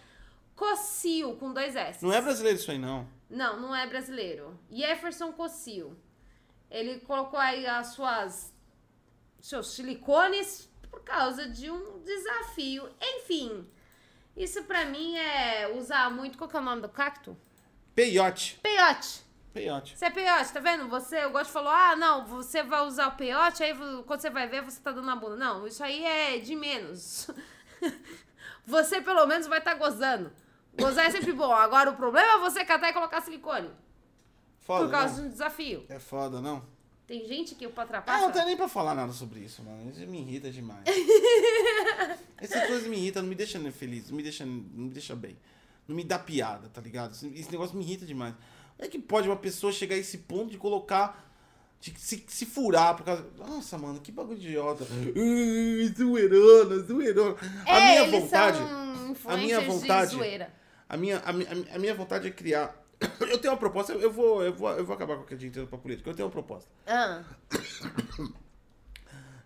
B: Cossio, com dois S.
A: Não é brasileiro isso aí, não.
B: Não, não é brasileiro. Jefferson Cossio. Ele colocou aí as suas seus silicones por causa de um desafio. Enfim, isso pra mim é usar muito. Qual que é o nome do cacto?
A: Peiote.
B: Peiote.
A: Peiote.
B: Você é peiote, tá vendo? Você, eu gosto de falar, ah, não, você vai usar o peiote, aí vo- quando você vai ver, você tá dando na bunda. Não, isso aí é de menos. [LAUGHS] você, pelo menos, vai estar gozando. Gozar é sempre bom. Agora, o problema é você catar e colocar silicone.
A: Foda,
B: por causa
A: não?
B: de um desafio.
A: É foda, não?
B: Tem gente que o
A: Ah,
B: patrapassa...
A: não tem nem pra falar nada sobre isso, mano. Isso me irrita
B: [LAUGHS]
A: demais. Essas coisas me irritam, não me deixa feliz, não me deixa, não me deixa bem. Não me dá piada, tá ligado? Esse esse negócio me irrita demais. Como é que pode uma pessoa chegar a esse ponto de colocar. de se, se furar por causa. Nossa, mano, que bagulho idiota. [LAUGHS] Uh, zoeirona, zoeirona. a
B: É,
A: minha
B: eles
A: vontade.
B: são
A: a minha
B: influencers
A: vontade-
B: de zoeira.
A: A minha, a, mi- a mi- a minha vontade é criar. [COUGHS] Eu tenho uma proposta, eu eu vou, eu vou, eu vou acabar com aquele dia inteiro pra política. Eu tenho uma proposta.
B: Ah,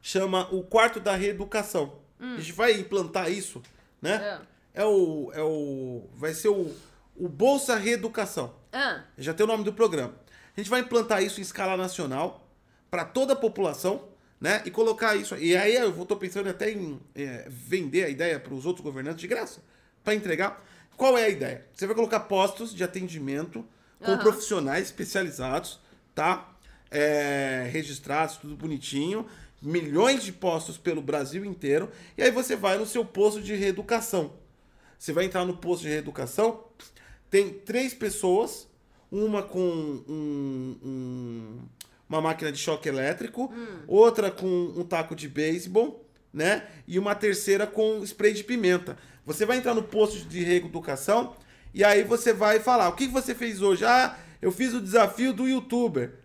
A: chama o quarto da reeducação. A gente vai implantar isso, né?
B: Ah.
A: É o, é o, vai ser o, o Bolsa Reeducação.
B: Ah,
A: Já tem o nome do programa. A gente vai implantar isso em escala nacional para toda a população, né? E colocar isso. E aí eu vou- tô pensando até em eh, vender a ideia para os outros governantes de graça, para entregar. Qual é a ideia? Você vai colocar postos de atendimento com
B: Aham.
A: profissionais especializados, tá? Eh, registrados, tudo bonitinho. Milhões de postos pelo Brasil inteiro. E aí você vai no seu posto de reeducação. Você vai entrar no posto de reeducação, tem três pessoas, uma com um- um- uma máquina de choque elétrico, outra com um taco de beisebol, né? E uma terceira com spray de pimenta. Você vai entrar no posto de reeducação e aí você vai falar: o que que você fez hoje? Ah, eu fiz o desafio do youtuber.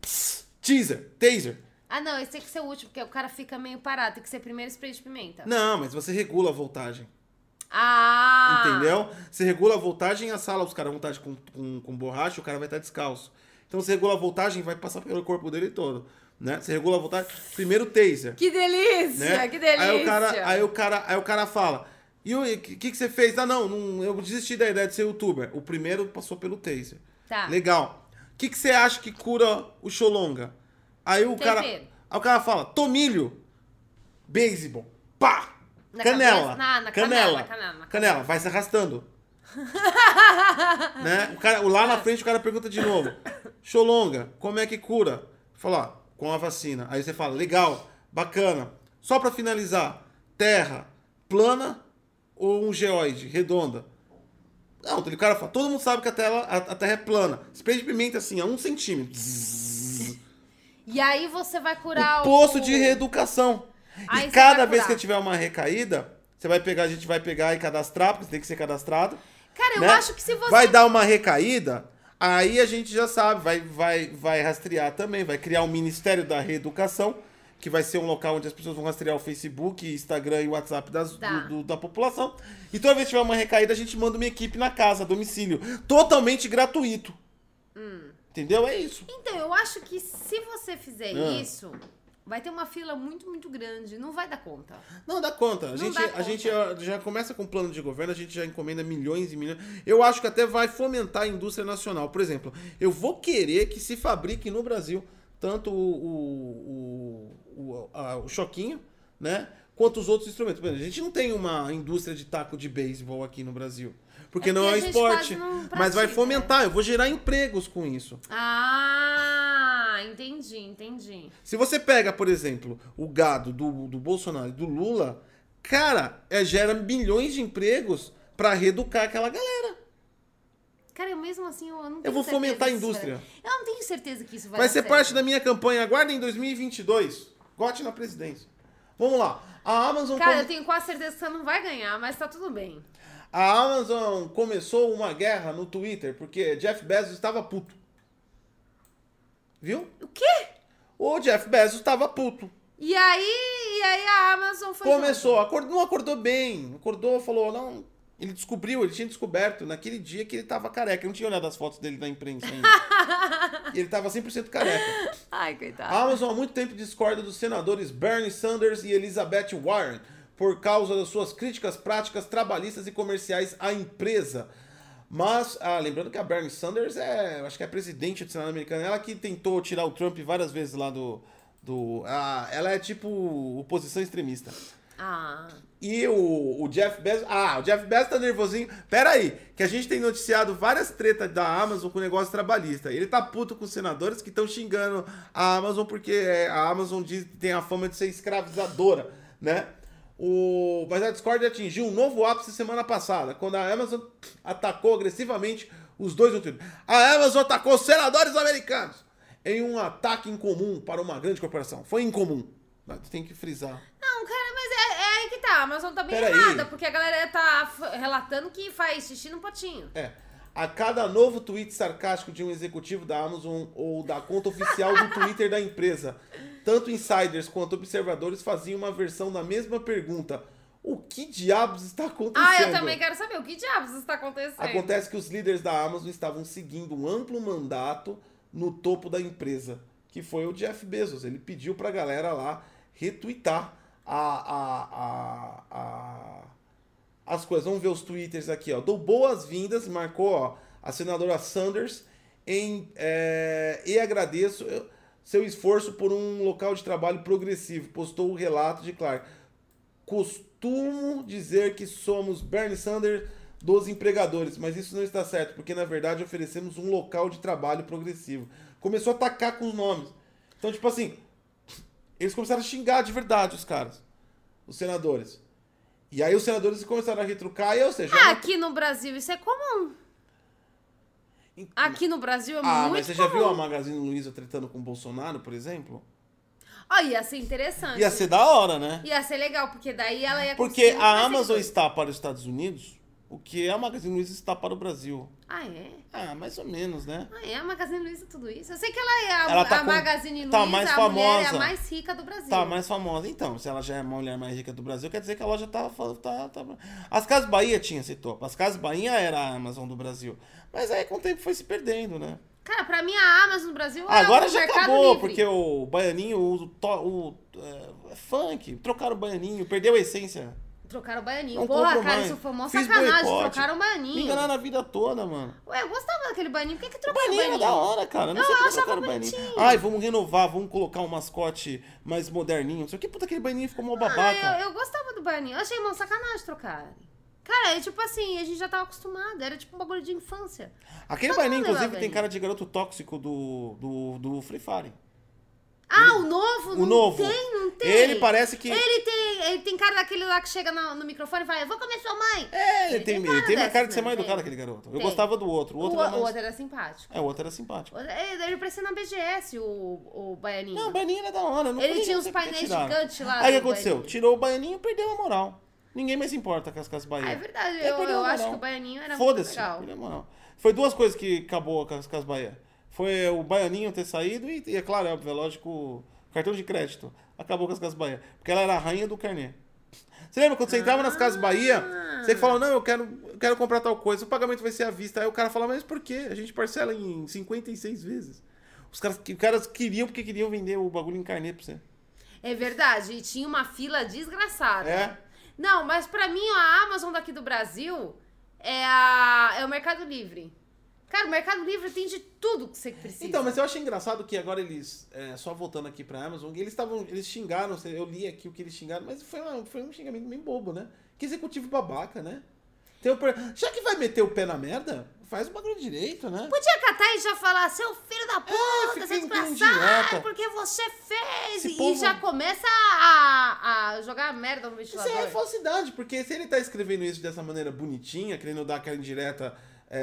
A: Pss, teaser, taser.
B: ah, não, esse tem que ser o último, porque o cara fica meio parado. Tem que ser primeiro spray de pimenta.
A: Não, mas você regula a voltagem.
B: Ah!
A: Entendeu? Você regula a voltagem e a sala, os caras vão estar com, com, com borracha, o cara vai estar descalço. Então você regula a voltagem e vai passar pelo corpo dele todo. Né? Você regula a voltagem. Primeiro taser.
B: Que delícia!
A: né?
B: Que delícia!
A: Aí o cara, aí o cara, aí o cara fala. E o que, que que você fez? Ah, não, não, eu desisti da ideia de ser youtuber. O primeiro passou pelo taser.
B: Tá.
A: Legal. O que, que você acha que cura o Xolonga? Aí o cara.
B: Tempero.
A: Aí o cara fala, tomilho, beisebol, pá!
B: Na
A: canela,
B: cabeça- Ah, na-
A: canela,
B: na canela, canela.
A: canela, vai se
B: [LAUGHS]
A: arrastando. né? O cara, lá na frente o cara pergunta de novo. Xolonga, como é que cura? Fala, ó, com a vacina. Aí você fala, legal, bacana. Só pra finalizar, terra plana ou um geóide, redonda? Não, o cara fala, todo mundo sabe que a terra, a, a terra é plana. Spray de pimenta assim, a um centímetro. Zzz.
B: E aí você vai
A: O
B: curar o.
A: posto de reeducação.
B: Aí
A: e
B: você
A: cada
B: vai
A: vez que
B: curar.
A: tiver uma recaída, você vai pegar, a gente vai pegar e cadastrar, porque tem que ser cadastrado.
B: Cara, eu
A: né?
B: acho que se você.
A: Vai dar uma recaída, aí a gente já sabe, vai, vai, vai rastrear também, vai criar um Ministério da Reeducação, que vai ser um local onde as pessoas vão rastrear o Facebook, Instagram e WhatsApp das-
B: Tá.
A: do- do- da população. Então, E toda vez que tiver uma recaída, a gente manda uma equipe na casa, a domicílio. Totalmente gratuito.
B: Hum.
A: Entendeu? É isso.
B: Então, eu acho que se você fizer
A: Ah.
B: isso, vai ter uma fila muito, muito grande. Não vai dar conta.
A: Não dá conta. A gente,
B: dá
A: A
B: conta.
A: gente ó, já começa com plano de governo, a gente já encomenda milhões e milhões. Eu acho que até vai fomentar a indústria nacional. Por exemplo, eu vou querer que se fabrique no Brasil tanto o, o, o, o- a- o choquinho, né? Quanto os outros instrumentos. Por exemplo, A gente não tem uma indústria de taco de beisebol aqui no Brasil. Porque
B: É
A: não
B: porque
A: é
B: a gente quase
A: esporte.
B: não
A: Mas vai
B: pratica, né?
A: fomentar, eu vou gerar empregos com isso.
B: Ah, entendi, entendi.
A: Se você pega, por exemplo, o gado do, do Bolsonaro e do Lula, cara, é, gera bilhões de empregos pra reeducar aquela galera.
B: Cara, eu mesmo assim, eu não tenho
A: Eu vou
B: certeza
A: fomentar a
B: se isso
A: indústria.
B: vai- Eu não tenho certeza que isso vai
A: Vai
B: dar
A: ser
B: certo.
A: parte da minha campanha. Aguardem em 2022. Gote na presidência. Vamos lá. A Amazon,
B: Cara, eu
A: come-
B: tenho quase certeza que você não vai ganhar, mas tá tudo bem.
A: a Amazon começou uma guerra no Twitter porque Jeff Bezos estava puto. Viu?
B: O quê?
A: O Jeff Bezos estava puto.
B: E aí, e aí a Amazon foi.
A: Começou, acordou, não acordou bem. Acordou, falou, não. Ele descobriu, ele tinha descoberto naquele dia que ele tava careca. Eu não tinha olhado as fotos dele na imprensa ainda.
B: [LAUGHS]
A: e ele tava 100% careca.
B: junto. Ai, coitado.
A: A Amazon há muito tempo discorda dos senadores Bernie Sanders e Elizabeth Warren por causa das suas críticas práticas trabalhistas e comerciais à empresa. Mas, ah, lembrando que a Bernie Sanders é, eu acho que é a presidente do Senado americano, ela que tentou tirar o Trump várias vezes lá do. do ah, ela é tipo oposição extremista.
B: Ah.
A: E o, o Jeff Bezos. Ah, o Jeff Bezos tá nervosinho. Pera aí, que a gente tem noticiado várias tretas da Amazon com negócio trabalhista. Ele tá puto com os senadores que estão xingando a Amazon porque é, a Amazon diz, tem a fama de ser escravizadora, né? O, mas a discórdia atingiu um novo ápice semana passada, quando a Amazon atacou agressivamente os dois no Twitter. A Amazon atacou os senadores americanos em um ataque incomum para uma grande corporação. Foi incomum. Mas Tem que frisar.
B: Não, cara, mas é, é aí que tá. A Amazon tá bem
A: Peraí.
B: errada, porque a galera tá f- relatando que faz xixi no potinho.
A: É. A cada novo tweet sarcástico de um executivo da Amazon ou da conta oficial
B: [LAUGHS]
A: do Twitter da empresa, tanto insiders quanto observadores faziam uma versão da mesma pergunta: O que diabos está acontecendo?
B: Ah, eu também quero saber o que diabos está acontecendo.
A: Acontece que os líderes da Amazon estavam seguindo um amplo mandato no topo da empresa, que foi o Jeff Bezos. Ele pediu pra galera lá retweetar a, a, a, a- as coisas. Vamos ver os twitters aqui, ó. Dou boas-vindas, marcou, ó, a senadora Sanders em, é, e agradeço seu esforço por um local de trabalho progressivo. Postou o relato de Clark. Costumo dizer que somos Bernie Sanders dos empregadores, mas isso não está certo, porque na verdade oferecemos um local de trabalho progressivo. Começou a atacar com os nomes. Então, tipo assim, eles começaram a xingar de verdade os caras, os senadores. E aí os senadores começaram a retrucar, e ou seja,
B: Ah, aqui no Brasil isso é comum. Aqui no Brasil é
A: ah,
B: muito
A: mas você já viu a Magazine Luiza tretando com o Bolsonaro, por exemplo?
B: Ó, ia ser interessante.
A: Ia ser da hora, né?
B: Ia ser legal, porque daí ela Ah, ia
A: Porque
B: conseguir
A: a
B: fazer
A: Amazon
B: coisa.
A: está para os Estados Unidos, o que a Magazine Luiza está para o Brasil.
B: Ah, é?
A: Ah, mais ou menos, né?
B: Ah, é? A Magazine Luiza tudo isso? Eu sei que ela é a,
A: Ela tá
B: a
A: com-
B: Magazine Luiza,
A: tá mais
B: a mulher é
A: famosa.
B: a mais rica do Brasil.
A: Tá mais famosa. Então, se ela já é a mulher mais rica do Brasil, quer dizer que a loja tá. fa- tá, tá... As Casas Bahia tinha esse topo. As Casas Bahia era a Amazon do Brasil. Mas aí com o tempo foi se perdendo, né?
B: Cara, pra mim a Amazon no Brasil é
A: Agora
B: o
A: já
B: Mercado
A: acabou,
B: Livre.
A: porque o baianinho, o, to- o é, funk, trocaram o baianinho, perdeu a essência.
B: Trocaram o baianinho.
A: Não
B: Porra,
A: compro
B: cara,
A: mais.
B: isso foi uma
A: Fiz
B: sacanagem.
A: boicote.
B: Trocaram o
A: Me
B: baianinho.
A: enganaram a vida toda, mano.
B: Ué, eu gostava daquele baianinho. Por que, que
A: O
B: trocou o
A: baianinho era
B: baianinho?
A: da hora, cara. Não
B: Eu
A: sei por que
B: achava
A: trocaram o baianinho.
B: bonitinho.
A: Ai, vamos renovar, vamos colocar um mascote mais moderninho. Não sei o que, puta, aquele baianinho ficou mó babaca.
B: Ah, eu, eu gostava do baianinho. Eu achei uma sacanagem trocarem. Cara, é tipo assim, a gente já tava acostumado. Era tipo um bagulho de infância.
A: Aquele
B: Todo
A: baianinho,
B: mundo é
A: inclusive, tem
B: baianinho.
A: cara de garoto tóxico do, do, do Free Fire.
B: Ah, o novo?
A: O
B: não
A: novo.
B: tem, não tem.
A: Ele parece que.
B: Ele tem, ele tem cara daquele lá que chega na- no, microfone e fala, eu vou comer sua mãe.
A: É, ele tem, ele tem uma
B: dessas,
A: cara de ser
B: né?
A: mais
B: Tem.
A: educado, aquele garoto. Eu
B: Tem.
A: gostava do outro. O
B: O,
A: outro
B: o
A: era mais...
B: outro era simpático.
A: É, o outro era simpático.
B: O- Ele, ele parecia na BGS, o, o Baianinho.
A: Não, o baianinho era da hora. eu Não
B: ele
A: eu
B: tinha
A: não
B: uns
A: sei por que
B: painéis
A: tiraram.
B: gigantes
A: Aí
B: lá.
A: o que
B: do
A: aconteceu?
B: Baianinho.
A: Tirou o baianinho e perdeu a moral. Ninguém mais se importa com as casas Bahia.
B: Ah, é verdade,
A: Ele
B: eu,
A: perdeu
B: eu
A: a
B: acho
A: moral.
B: que o Baianinho era muito
A: Foda-se,
B: legal.
A: perdeu a moral. Foi duas coisas que acabou com as casas Bahia. Foi o baianinho ter saído e, e é claro, é óbvio, é lógico, o cartão de crédito. Acabou com as casas Bahia. Porque ela era a rainha do carnê. Você lembra quando você entrava nas casas Bahia,
B: Ah.
A: você falava, não, eu quero, eu quero comprar tal coisa, o pagamento vai ser à vista. Aí o cara falava, mas por quê? A gente parcela em 56 vezes. Os caras, os caras queriam porque queriam vender o bagulho em carnê pra você.
B: É verdade, e tinha uma fila desgraçada.
A: É?
B: Não, mas pra mim a Amazon daqui do Brasil é, a, é o Mercado Livre. Cara, o Mercado Livre tem de tudo que você precisa.
A: Então, mas eu acho engraçado que agora eles, é, só voltando aqui pra Amazon, eles estavam, eles xingaram, eu li aqui o que eles xingaram, mas foi, uma- foi um xingamento meio bobo, né? Que executivo babaca, né? Tem o per- já que vai meter o pé na merda, faz o bagulho direito, né?
B: Podia catar e já falar, seu filho da puta,
A: fica
B: você é
A: indireta.
B: desgraçado, porque você é fez.
A: Esse
B: E
A: povo- é um
B: já começa a, a jogar merda no
A: Isso é
B: ventilador.
A: falsidade, porque se ele tá escrevendo isso dessa maneira bonitinha, querendo dar aquela indireta é,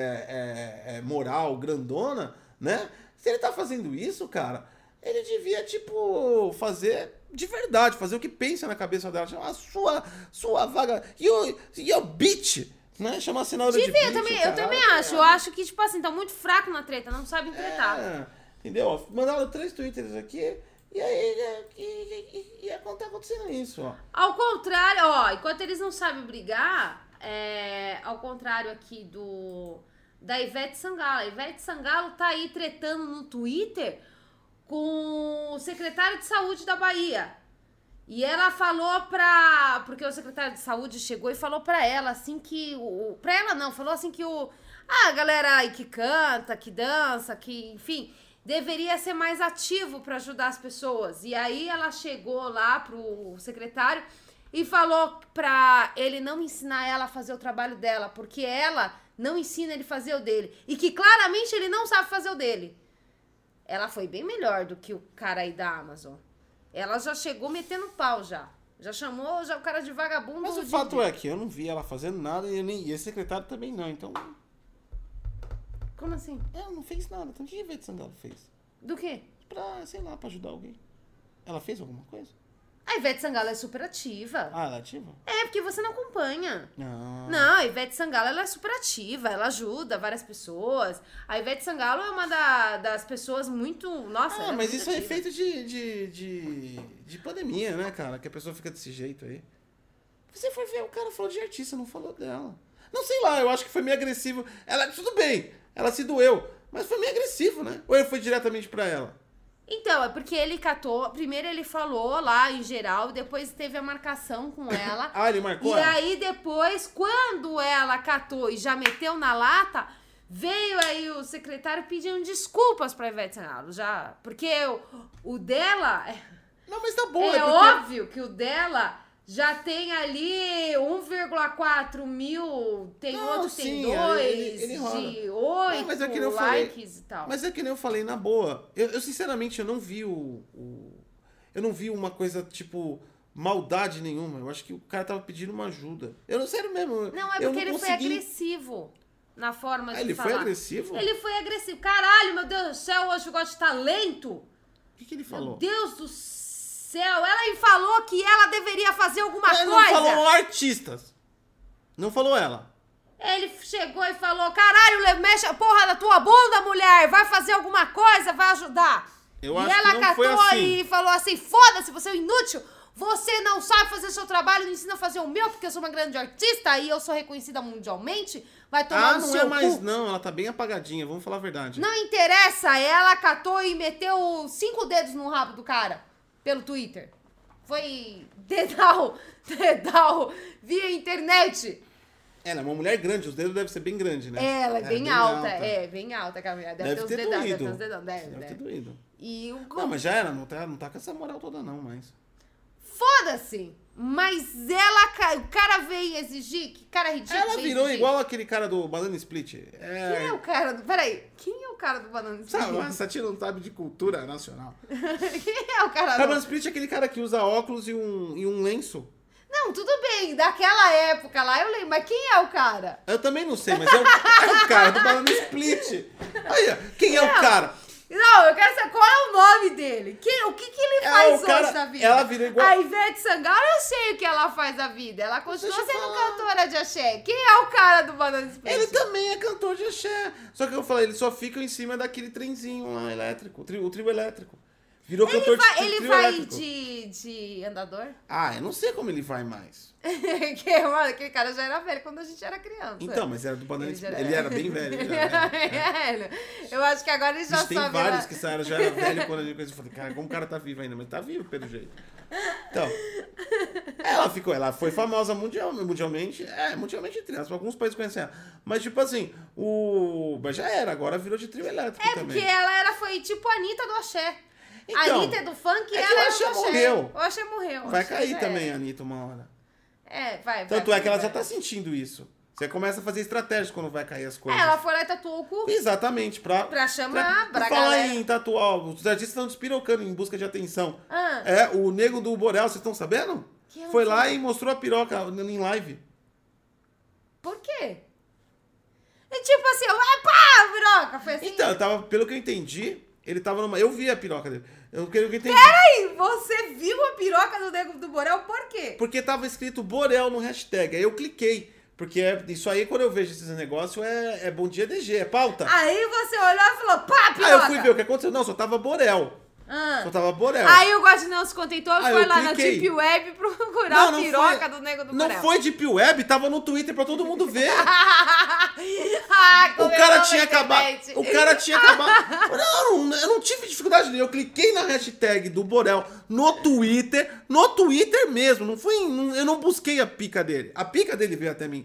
A: é, é, moral, grandona, né? Se ele tá fazendo isso, cara, ele devia, tipo, fazer de verdade, fazer o que pensa na cabeça dela, chamar a sua, sua vaga, your, your bitch, né? Chamar a senadora de
B: Devia,
A: bitch.
B: eu também, eu
A: caralho,
B: também
A: tá
B: acho. Eu
A: ligado?
B: acho que, tipo assim, tá muito fraco na treta, não sabe tretar.
A: É, entendeu? Mandaram três twitters aqui, e aí, é, e, e, e, e tá acontecendo isso, ó.
B: Ao contrário, ó, enquanto eles não sabem brigar, é, ao contrário aqui do da Ivete Sangalo. A Ivete Sangalo tá aí tretando no Twitter com o secretário de saúde da Bahia. E ela falou pra. Porque o secretário de saúde chegou e falou pra ela assim que. O, o- pra ela não, falou assim que o. Ah, a galera aí que canta, que dança, que, enfim, deveria ser mais ativo pra ajudar as pessoas. E aí ela chegou lá pro secretário e falou pra ele não ensinar ela a fazer o trabalho dela, porque ela não ensina ele a fazer o dele. E que claramente ele não sabe fazer o dele. Ela foi bem melhor do que o cara aí da Amazon. Ela já chegou metendo pau já. Já chamou já o cara de vagabundo.
A: Mas o
B: de-
A: fato é que eu não vi ela fazendo nada e, eu nem, e esse secretário também não. Então,
B: Como assim?
A: ela não fez nada. Então, o que a Ivete Sangalo fez?
B: Do quê?
A: Pra, sei lá, pra ajudar alguém. Ela fez alguma coisa?
B: A Ivete Sangalo é super ativa.
A: Ah, ela é ativa?
B: É, porque você não acompanha.
A: Não.
B: Não, a Ivete Sangalo ela é super ativa, ela ajuda várias pessoas. A Ivete Sangalo é uma da- das pessoas muito. Nossa, ela
A: Ah, mas
B: muito
A: isso é
B: ativa.
A: efeito de, de, de, de pandemia, né, cara? Que a pessoa fica desse jeito aí. Você foi ver, o cara falou de artista, não falou dela. Não sei lá, eu acho que foi meio agressivo. Ela, tudo bem, ela se doeu, mas foi meio agressivo, né? Ou ele foi diretamente pra ela?
B: Então, é porque ele catou. Primeiro ele falou lá em geral, depois teve a marcação com ela.
A: Ah, ele marcou?
B: E
A: ela?
B: aí depois, quando ela catou e já meteu na lata, veio aí o secretário pedindo desculpas pra Ivete Sangalo, já. Porque o, o dela,
A: Não, mas tá bom,
B: é,
A: é, porque...
B: óbvio que o dela já tem ali 1,4 mil, tem
A: Não,
B: outro,
A: sim,
B: tem dois,
A: ele- ele rola.
B: de
A: Não, mas é que nem
B: oito
A: eu falei.
B: likes e tal.
A: Mas é que nem eu falei, na boa. Eu, eu, sinceramente, eu não vi o, o- Eu não vi uma coisa, tipo, maldade nenhuma. Eu acho que o cara tava pedindo uma ajuda. Eu não, sério mesmo. eu-
B: Não, é
A: eu
B: porque ele foi
A: consegui-
B: agressivo na forma
A: Ah,
B: de
A: ele
B: falar.
A: foi agressivo?
B: Ele foi agressivo. Caralho, meu Deus do céu, hoje eu gosto de tá talento.
A: O que, que ele
B: Meu
A: falou?
B: Deus do céu, ela aí falou que ela deveria fazer alguma
A: ele
B: coisa.
A: não falou artistas. Não falou ela.
B: Ele chegou e falou: caralho, le- mexe a porra da tua bunda, mulher, vai fazer alguma coisa, vai ajudar.
A: Eu
B: e
A: acho que
B: ela
A: não
B: catou
A: foi assim.
B: e falou assim: foda-se, você é um inútil. Você não sabe fazer seu trabalho, não ensina a fazer o meu, porque eu sou uma grande artista e eu sou reconhecida mundialmente. Vai tomar
A: ah,
B: no
A: não
B: seu
A: é mais
B: cu.
A: não. Ela tá bem apagadinha, vamos falar a verdade.
B: Não interessa, ela catou e meteu cinco dedos no rabo do cara pelo Twitter. Foi dedal, [LAUGHS] dedal via internet.
A: Ela é uma mulher grande, os dedos devem ser bem grandes, né?
B: Ela é, bem, alta, é, bem alta, Camila. Deve,
A: Deve
B: ter uns
A: ter
B: dedão, deve
A: doído.
B: ter uns dedão, deve,
A: Deve
B: deve.
A: ter doído.
B: E o
A: Não, mas já era, não tá, não tá com essa moral toda não, mas...
B: foda-se. Mas ela, ca- o cara veio exigir, que cara ridículo.
A: Ela
B: veio
A: virou
B: exigir.
A: igual aquele cara do Banana Split. É,
B: Quem é o cara do... Peraí, quem é o cara do Banana
A: Sabe,
B: Split?
A: mas essa tia não sabe de cultura nacional.
B: [LAUGHS] quem é o cara do...
A: Carbon Split é aquele cara que usa óculos e um, e um lenço.
B: Não, tudo bem, daquela época lá, eu lembro. Mas quem é o cara?
A: Eu também não sei, mas é o, é o cara do Banana Split. Aí, ó, quem é o cara?
B: Não, eu quero saber qual é o nome dele. Quem, o que, que ele
A: É,
B: faz
A: o cara-
B: hoje da vida?
A: ela virou igual-
B: A Ivete Sangalo, eu sei o que ela faz da vida. Ela continua
A: Deixa eu
B: sendo
A: falar.
B: cantora de axé. Quem é o cara do Banana Split?
A: Ele também é cantor de axé. Só que eu falei, ele só fica em cima daquele trenzinho lá elétrico, o trio, o trio elétrico. Virou
B: Ele
A: cantor
B: vai,
A: de
B: ele
A: trio
B: vai
A: elétrico.
B: de, de andador? [LAUGHS]
A: Ah, eu não sei como ele vai mais.
B: que, mano, aquele cara já era velho quando a gente era criança.
A: Então, mas era do Banana
B: Ele já é.
A: Split. Ele
B: era.
A: era bem velho. né? Ele
B: [LAUGHS] Ele
A: era
B: era
A: velho.
B: velho. Eu acho que agora ele já né? É
A: Gente, tem
B: sobe
A: vários
B: lá.
A: que saíram já era velho quando ele eu falei, cara, como o cara tá vivo ainda, mas tá vivo pelo jeito. Então, ela ficou, ela foi famosa mundial, mundialmente, é, mundialmente entre aspas, alguns países conhecem ela. Mas tipo assim, o. Mas já era, agora virou de trio elétrico
B: É
A: também.
B: porque ela era, foi tipo a Anitta do axé.
A: Então,
B: a Anitta é do funk e
A: é que
B: ela
A: o
B: é
A: axé
B: do axé.
A: morreu.
B: O axé morreu.
A: Vai
B: o axé
A: cair
B: já
A: também,
B: era.
A: Anitta, uma hora.
B: É, vai.
A: Tanto
B: vai,
A: é que ela
B: vai.
A: já tá sentindo isso. Você começa a fazer estratégias quando vai cair as
B: É,
A: coisas.
B: ela foi lá e tatuou o cu.
A: Exatamente, pra.
B: Pra chamar, pra
A: falar
B: galera.
A: em tatuar, os artistas estão despirocando em busca de atenção.
B: Ah.
A: É, o nego do Borel, vocês estão sabendo?
B: Que eu
A: Foi
B: não
A: lá
B: sei.
A: e mostrou a piroca em live.
B: Por quê? É tipo assim, ah, pá, piroca. Foi assim.
A: Então, eu tava, pelo que eu entendi, ele tava numa. Eu vi a piroca dele. Eu, pelo que eu entendi.
B: Peraí, você viu a piroca do Nego do Borel? Por quê?
A: Porque tava escrito Borel no hashtag. Aí eu cliquei. Porque é, isso aí, quando eu vejo esses negócios, é, é bom dia DG, é pauta.
B: Aí você olhou e falou, pá, Ah, piroca!
A: Aí eu fui ver o que aconteceu. Não, só tava Borel.
B: Ah.
A: Só tava Borel.
B: Aí o Guardião se contentou e
A: Aí
B: foi
A: eu
B: lá na
A: cliquei.
B: Deep Web procurar a piroca do Nego do
A: Não
B: Borel.
A: foi Deep Web, tava no Twitter pra todo mundo ver.
B: [LAUGHS] ah,
A: O
B: como eu
A: cara
B: amo a
A: tinha acabado.
B: internet.
A: O
B: [LAUGHS]
A: cara tinha acabado. Não, eu não tive dificuldade nenhuma. Eu cliquei na hashtag do Borel no Twitter, no Twitter mesmo. Não foi. em- não- eu não busquei a pica dele. A pica dele veio até mim.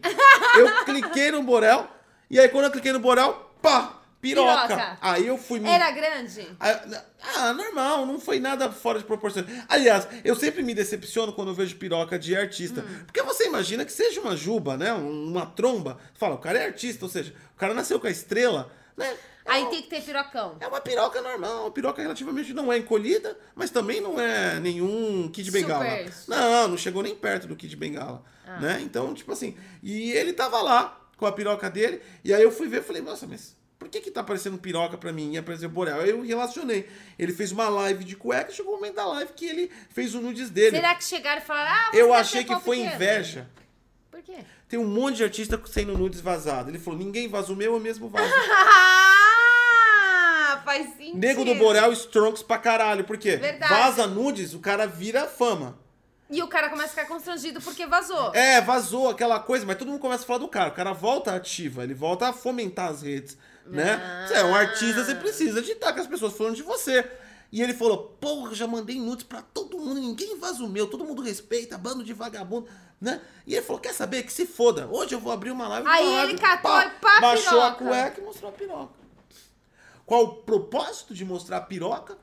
A: Eu cliquei no Borel, e aí quando eu cliquei no Borel, pá! Piroca!
B: Piroca.
A: Aí eu fui me.
B: Era grande?
A: Ah, Ah, normal, não foi nada fora de proporção. Aliás, eu sempre me decepciono quando eu vejo piroca de artista.
B: Hum.
A: Porque você imagina que seja uma juba, né? um- Uma tromba. Fala, o cara é artista, ou seja, o cara nasceu com a estrela, né? É
B: Aí
A: um-
B: tem que ter pirocão.
A: É uma piroca normal, uma piroca relativamente não é encolhida, mas também não é nenhum Kid
B: Super. Ah.
A: Bengala. Não, não chegou nem perto do Kid Bengala, né? Então, tipo assim, e ele tava lá com a piroca dele, e aí eu fui ver e falei, nossa, mas por que que tá aparecendo piroca pra mim e apareceu Boreal? Aí eu relacionei. Ele fez uma live de cueca, chegou o momento da live que ele fez o nudes dele.
B: Será que chegaram e falaram, ah, você
A: eu
B: quer
A: achei
B: ter
A: que
B: pau
A: foi
B: pequeno?
A: inveja.
B: Por quê?
A: Tem um monte de artista sendo nudes vazado. Ele falou, ninguém vaza o meu, eu mesmo vazo.
B: Ah, faz sentido.
A: Nego do Borel Strokes pra caralho. Por quê?
B: Verdade.
A: Vaza nudes, o cara vira fama.
B: E o cara começa a ficar constrangido porque vazou.
A: É, vazou aquela coisa, mas todo mundo começa a falar do cara. O cara volta ativa, ele volta a fomentar as redes, né? Você é um artista, você precisa de estar com as pessoas falando de você. E ele falou: Porra, já mandei nudes pra todo mundo, ninguém vaza o meu, todo mundo respeita, bando de vagabundo, né? E ele falou: Quer saber? Que se foda, hoje eu vou abrir uma live.
B: Aí
A: uma
B: ele
A: live,
B: catou e pá,
A: Baixou a
B: piroca.
A: cueca e mostrou a piroca. Qual o propósito de mostrar a piroca?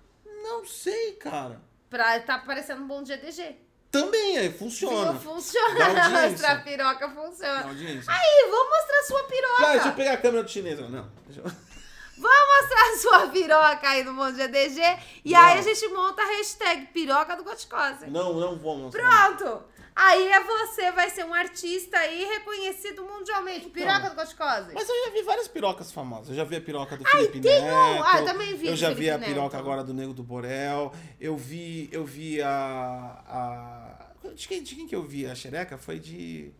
A: Não sei, cara.
B: Pra tá parecendo um bom dia DG.
A: Também é,
B: Funciona.
A: funciona. Dá
B: Funciona.
A: audiência.
B: Mostrar a piroca funciona.
A: Não, audiência.
B: Aí, vou mostrar sua piroca.
A: Ah, deixa eu pegar a câmera do chinês. ó. Não, deixa eu...
B: Vamos mostrar sua piroca aí no Bom Dia DG. E
A: Não.
B: aí a gente monta a hashtag piroca do Goticose.
A: Não, não vou mostrar.
B: Pronto! Aí é você vai ser um artista aí reconhecido mundialmente.
A: Então.
B: Piroca do Goticose.
A: Mas eu já vi várias pirocas famosas. Eu já vi a piroca do Felipe
B: tem
A: Neto.
B: um- Ah, eu também vi
A: Eu
B: do
A: já vi
B: Felipe
A: a piroca
B: Neto.
A: agora do Nego do Borel. Eu vi, eu vi a, a... De, quem, de quem que eu vi a xereca? Foi de...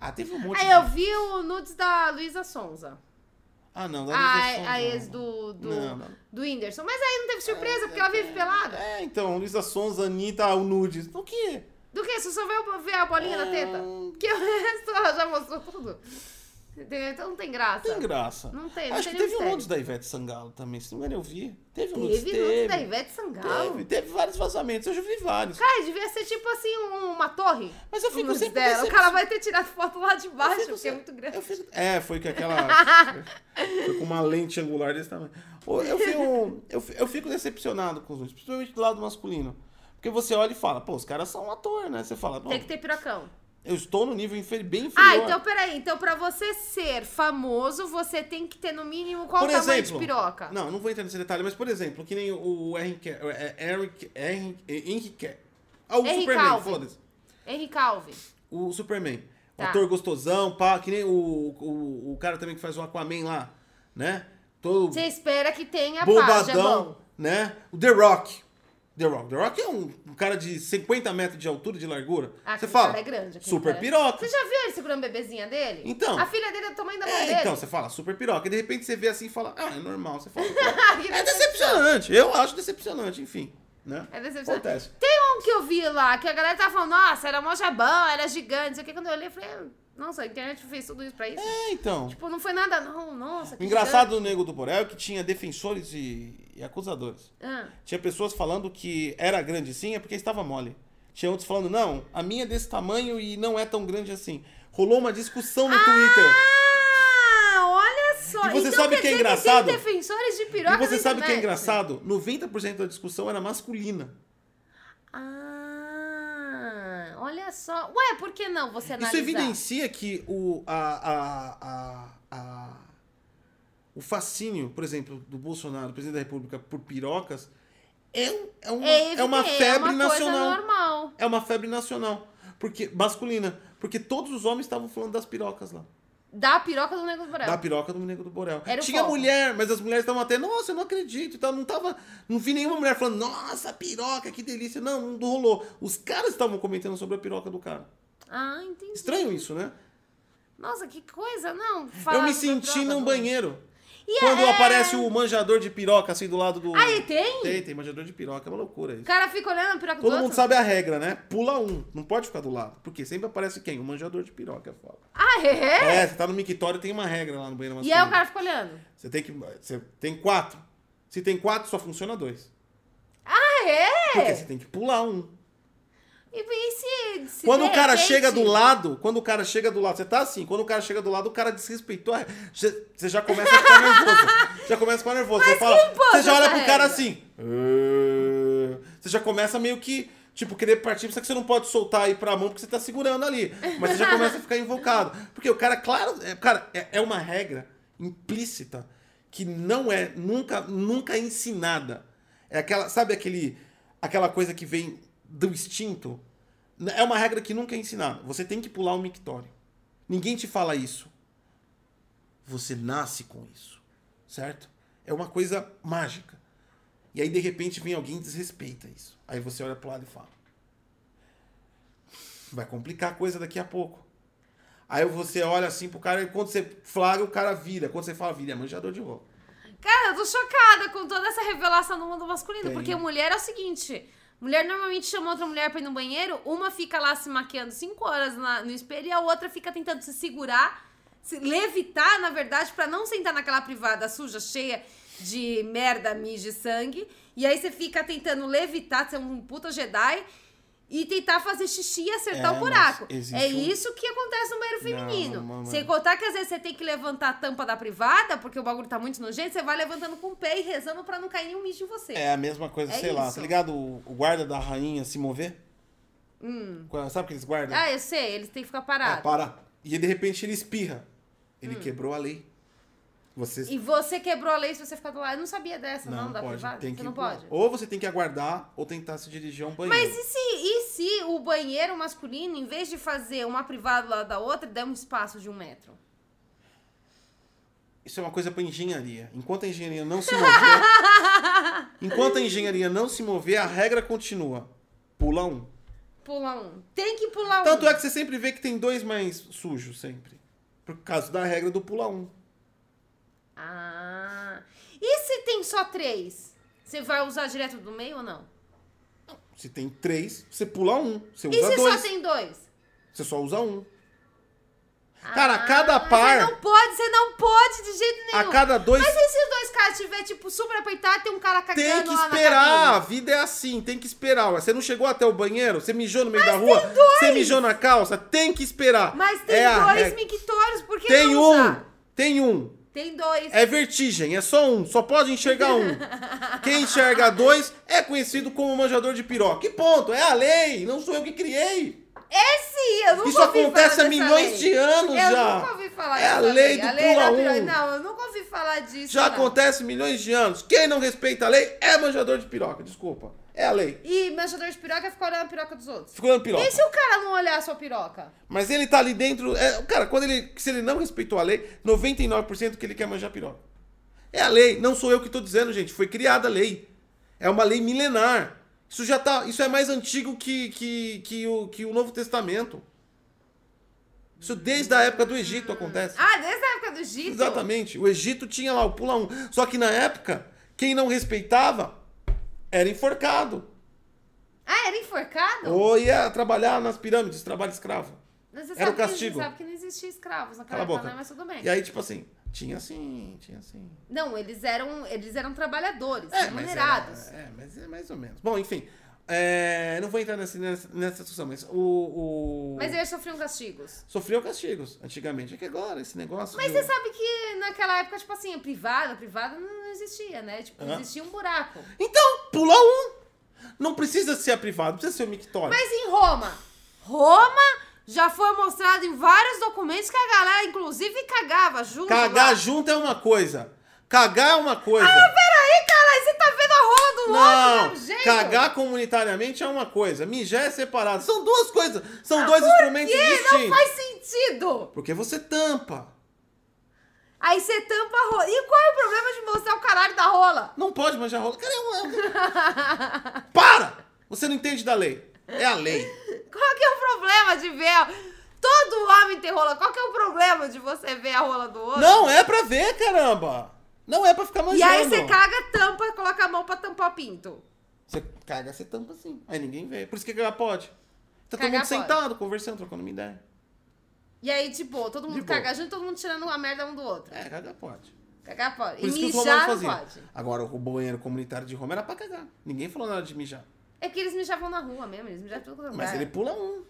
A: Ah, teve um monte
B: Aí
A: de...
B: eu vi o nudes da Luísa Sonza.
A: Ah, não. Da
B: A,
A: Luísa Sonza,
B: a ex
A: não.
B: do, do,
A: Não, não.
B: do Whindersson. Mas aí não teve surpresa, porque ela vive pelada.
A: É, então. Luísa Sonza, Anitta, o Nudes. O quê?
B: Do que? Você só vê, o- vê a bolinha na teta?
A: Hum.
B: Porque o resto [LAUGHS] ela já mostrou tudo. Entendeu? Então não tem graça.
A: Tem graça.
B: Não tem, não
A: Acho
B: tem
A: que
B: nenhum
A: teve um
B: mistério.
A: nudes da Ivete Sangalo também. Se não me engano, eu vi. Teve um nudes.
B: Teve nudes da Ivete Sangalo.
A: Teve, teve vários vazamentos, eu já vi vários.
B: Cara, devia ser tipo assim, um- uma torre.
A: Mas eu fico
B: Nudes
A: sempre
B: dela. O
A: decep-
B: cara vai ter tirado foto lá de
A: Eu
B: baixo,
A: fico
B: porque
A: se-
B: é muito grande.
A: eu fico- É, foi com [LAUGHS] aquela. foi com uma lente angular desse tamanho. Ô, Eu fico, eu, fi- eu fico decepcionado com os nudes, principalmente do lado masculino. Porque você olha e fala, pô, os caras são um ator, né? Você fala, bom,
B: Tem que ter pirocão.
A: eu estou no nível inferi- bem inferior.
B: Ah, então peraí. Então pra você ser famoso, você tem que ter no mínimo qual o tamanho de piroca?
A: Não, não vou entrar nesse detalhe, mas por exemplo, que nem o Henrique. é, é, Eric. Henrique. Henrique. Ah, o
B: Henry
A: Superman,
B: Calvin.
A: foda-se.
B: Henry Calvin.
A: O Superman. O
B: Tá.
A: ator gostosão, pá, que nem o, o, o cara também que faz o Aquaman lá, né? Todo
B: Você espera que tenha página
A: bobadão,
B: bom.
A: né? O The Rock. The Rock. The Rock é um, um cara de 50 metros de altura e de largura.
B: Ah,
A: você
B: aquele
A: fala,
B: cara é grande. aquele
A: super
B: cara.
A: piroca.
B: Você já viu ele segurando a bebezinha dele?
A: Então.
B: A filha dele é do tamanho da mão
A: É,
B: dele. [LAUGHS]
A: então, você fala super piroca. E de repente você vê assim e fala, ah, é normal. Você fala, "Pô,
B: Ah, Que
A: É
B: decepção.
A: decepcionante. Eu acho decepcionante, enfim. Né?
B: É decepcionante.
A: Acontece.
B: Tem um que eu vi lá, que a galera tava falando, nossa, era mó jabão, era gigante. Aqui quando eu olhei, eu falei, "Ah, nossa, a internet fez tudo isso pra isso.
A: É, então.
B: Tipo, não foi nada, não, nossa.
A: O
B: que
A: engraçado do Nego do Borel é que tinha defensores e, e acusadores.
B: gigante." Ah,
A: Tinha pessoas falando que era grande sim é porque estava mole. Tinha outros falando, não, a minha é desse tamanho e não é tão grande assim. Rolou uma discussão no Twitter.
B: Ah, olha só.
A: E você
B: então,
A: sabe
B: quer
A: que é
B: dizer
A: engraçado?
B: tem defensores de piroca
A: E você
B: na
A: sabe o que é
B: internet.
A: engraçado? 90% da discussão era masculina.
B: Ah, olha só. Ué, por que não você
A: Isso
B: analisar?
A: é evidencia que o, a- a- a- a- o fascínio, por exemplo, do Bolsonaro, presidente da República, por pirocas, é, um- é uma,
B: É,
A: é uma
B: evidente,
A: febre
B: é uma
A: nacional.
B: Coisa normal.
A: É uma febre nacional. Porque, masculina. Porque todos os homens estavam falando das pirocas lá.
B: Da piroca do negócio do Borel.
A: Da piroca do Nego do Borel.
B: Era o
A: Tinha
B: foco.
A: mulher, mas as mulheres estavam até, nossa, eu não acredito e tal. Não tava. Não vi nenhuma mulher falando, nossa, piroca, que delícia. Não, não rolou. Os caras estavam comentando sobre a piroca do cara.
B: Ah, entendi.
A: Estranho isso, né?
B: Nossa, que coisa, não.
A: eu
B: falar
A: me
B: sobre a
A: senti
B: piroca
A: num
B: do-
A: banheiro.
B: E
A: Quando
B: é-
A: aparece o manjador de piroca, assim, do lado do.
B: Aí tem?
A: Tem, tem manjador de piroca. É uma loucura
B: O
A: isso.
B: cara fica olhando a piroca do
A: Todo
B: outro?
A: mundo sabe a regra, né? Pula um. Não pode ficar do lado. Porque sempre aparece quem? O manjador de piroca, eu falo.
B: Ah, é?
A: É, assim. você tá no mictório, tem uma regra lá no banheiro
B: E
A: masculino.
B: aí o cara fica olhando.
A: Você tem que. Você tem quatro. Se tem quatro, só funciona dois.
B: Ah, é?
A: Porque você tem que pular um.
B: E, e se, se
A: quando
B: de
A: o cara
B: repente-
A: chega do lado, quando o cara chega do lado, você tá assim, quando o cara chega do lado, o cara desrespeitou. a- Você você já começa a ficar
B: [LAUGHS]
A: nervoso. Já começa a ficar nervoso. você, fala,
B: impôs
A: você já olha
B: essa
A: pro cara
B: regra?
A: assim. "Ah". Você já começa meio que. Tipo, querer partir, só que você não pode soltar aí pra mão porque você tá segurando ali. Mas você já começa a ficar invocado. Porque o cara, claro, é, cara, é, é uma regra implícita que não é nunca, nunca é ensinada. É aquela, sabe aquele, aquela coisa que vem do instinto? É uma regra que nunca é ensinada. Você tem que pular o mictório. Ninguém te fala isso. Você nasce com isso, certo? É uma coisa mágica. E aí, de repente, vem alguém e desrespeita isso. Aí você olha pro lado e fala. Vai complicar a coisa daqui a pouco. Aí você olha assim pro cara e quando você flagra, o cara vira. Quando você fala, vira, é manjador de roupa.
B: Cara, eu tô chocada com toda essa revelação do mundo masculino.
A: Tem.
B: Porque mulher é o seguinte... Mulher normalmente chama outra mulher pra ir no banheiro, uma fica lá se maquiando 5 horas na- no espelho e a outra fica tentando se segurar, se levitar, na verdade, pra não sentar naquela privada suja, cheia de merda, mijo e sangue. E aí você fica tentando levitar, ser um puta Jedi. E tentar fazer xixi e acertar
A: É,
B: o buraco.
A: mas existe
B: É
A: um-
B: isso que acontece no banheiro
A: Não,
B: feminino.
A: mamãe.
B: Sem contar tá que às vezes você tem que levantar a tampa da privada, porque o bagulho tá muito nojento, você vai levantando com o pé e rezando pra não cair nenhum mijo em você.
A: É a mesma coisa,
B: É
A: sei lá,
B: isso.
A: tá ligado? O, o guarda da rainha se mover. Qua- Sabe aqueles guardas?
B: Hum. Ah, eu sei, eles têm que
A: É,
B: ficar parados.
A: para. E de repente ele espirra. Ele quebrou a lei. Você
B: Hum. E você quebrou a lei se você ficar do lado. Eu não sabia dessa, não, da privada.
A: Tem
B: você
A: que...
B: não pode.
A: Ou você tem que aguardar ou tentar se dirigir a um banheiro.
B: Mas e se, e se o banheiro masculino, em vez de fazer uma privada do lado da outra, der um espaço de um metro?
A: Isso é uma coisa pra engenharia. Enquanto a engenharia não se mover.
B: [LAUGHS]
A: enquanto a engenharia não se mover, a regra continua. Pula um.
B: Pula um. Tem que pular um.
A: Tanto é que você sempre vê que tem dois mais sujos, sempre. Por causa da regra do pula um.
B: Ah. E se tem só três? Você vai usar direto do meio ou não?
A: Se tem três, você pula um. Você
B: E
A: usa
B: se
A: dois.
B: só tem dois?
A: Você só usa um. Cara,
B: Ah,
A: a cada par.
B: Você não pode, você não pode de jeito nenhum.
A: A cada dois.
B: Mas e se os dois caras tiver tipo, super apertado, tem um cara cagando
A: Tem que
B: lá na
A: esperar, a
B: cabine?
A: vida é assim, tem que esperar. ué. Você não chegou até o banheiro, você mijou no meio da rua, você mijou na calça, tem que esperar.
B: Mas tem
A: É a
B: dois
A: regra.
B: mictórios, por que
A: Tem
B: não
A: um,
B: usar?
A: tem um.
B: Tem dois.
A: É vertigem, é só um, só pode enxergar um. Quem enxerga dois é conhecido como manjador de piroca. Que ponto, é a lei, não sou eu que criei.
B: Sim, eu nunca
A: Isso
B: ouvi
A: acontece
B: falar
A: há
B: dessa
A: milhões
B: lei.
A: de anos
B: eu
A: já.
B: nunca ouvi falar
A: É a
B: dessa
A: lei do
B: da
A: pula
B: piroca.
A: um.
B: Não, eu nunca ouvi falar disso.
A: Já
B: não.
A: acontece milhões de anos. Quem não respeita a lei é manjador de piroca, desculpa. É a lei.
B: E manchador de piroca fica olhando a piroca dos outros.
A: Ficou dando piroca.
B: E se o cara não olhar a sua piroca?
A: Mas ele tá ali dentro. É, cara, quando ele. Se ele não respeitou a lei, 99% que ele quer manjar piroca. É a lei, não sou eu que tô dizendo, gente. Foi criada a lei. É uma lei milenar. Isso já tá. Isso é mais antigo que, que, que, o, que o Novo Testamento. Isso desde a época do Egito acontece.
B: Ah, desde a época do Egito?
A: Exatamente. O Egito tinha lá o pula um. Só que na época, quem não respeitava era enforcado.
B: Ah, era enforcado?
A: Ou ia trabalhar nas pirâmides, trabalho escravo.
B: Mas você
A: era
B: sabe
A: o
B: que-
A: castigo.
B: Você sabe que não existia escravos naquela
A: Cala a
B: época,
A: boca.
B: né? Mas tudo bem.
A: E aí, tipo assim, tinha assim, tinha assim.
B: Não, eles eram, eles eram trabalhadores,
A: mas
B: remunerados.
A: era- é, mas é mais ou menos. Bom, enfim. é, não vou entrar nessa, nessa, nessa discussão, mas o. o...
B: Mas é eles sofriam castigos.
A: Sofreu castigos antigamente. É que agora esse negócio.
B: Mas
A: do-
B: você sabe que naquela época, tipo assim, privada, privada não não existia, né? Tipo,
A: Hã?
B: existia um buraco.
A: Então, pula um! Não precisa ser a privada, não precisa ser o mictório.
B: Mas em Roma? Roma já foi mostrado em vários documentos que a galera, inclusive, cagava junto.
A: Cagar
B: lá.
A: junto é uma coisa. Cagar é uma coisa.
B: Ah, Peraí, caralho, você tá vendo a rola do outro do
A: não,
B: mesmo jeito?
A: cagar comunitariamente é uma coisa. Mijar é separado. São duas coisas. São dois instrumentos
B: Que Ah, não
A: distintos.
B: faz sentido!
A: Porque você tampa.
B: Aí você tampa a rola. E qual é o problema de mostrar o caralho da rola?
A: Não pode manjar rola. Cara, é um- é um- [LAUGHS] Para! Você não entende da lei. É a lei.
B: Qual que é o problema de ver... Todo homem tem rola. Qual que é o problema de você ver a rola do outro?
A: Não é pra ver, caramba. Não é pra ficar manjando.
B: e aí você caga, tampa, coloca a mão pra tampar o pinto.
A: Você caga, você tampa assim. Aí ninguém vê. Por isso que cagar pode. Tá todo
B: Cagar
A: mundo
B: pode.
A: sentado, conversando, trocando uma ideia.
B: E aí, tipo, todo mundo
A: De boa.
B: caga junto, todo mundo tirando a merda um do outro.
A: É, cagar pode.
B: Cagar pode.
A: Por isso
B: e
A: que os romanos
B: mijar não
A: faziam.
B: pode.
A: Agora, o banheiro comunitário de Roma era pra cagar. Ninguém falou nada de mijar.
B: É porque eles mijavam na rua mesmo, eles mijavam tudo
A: Mas ele pula um.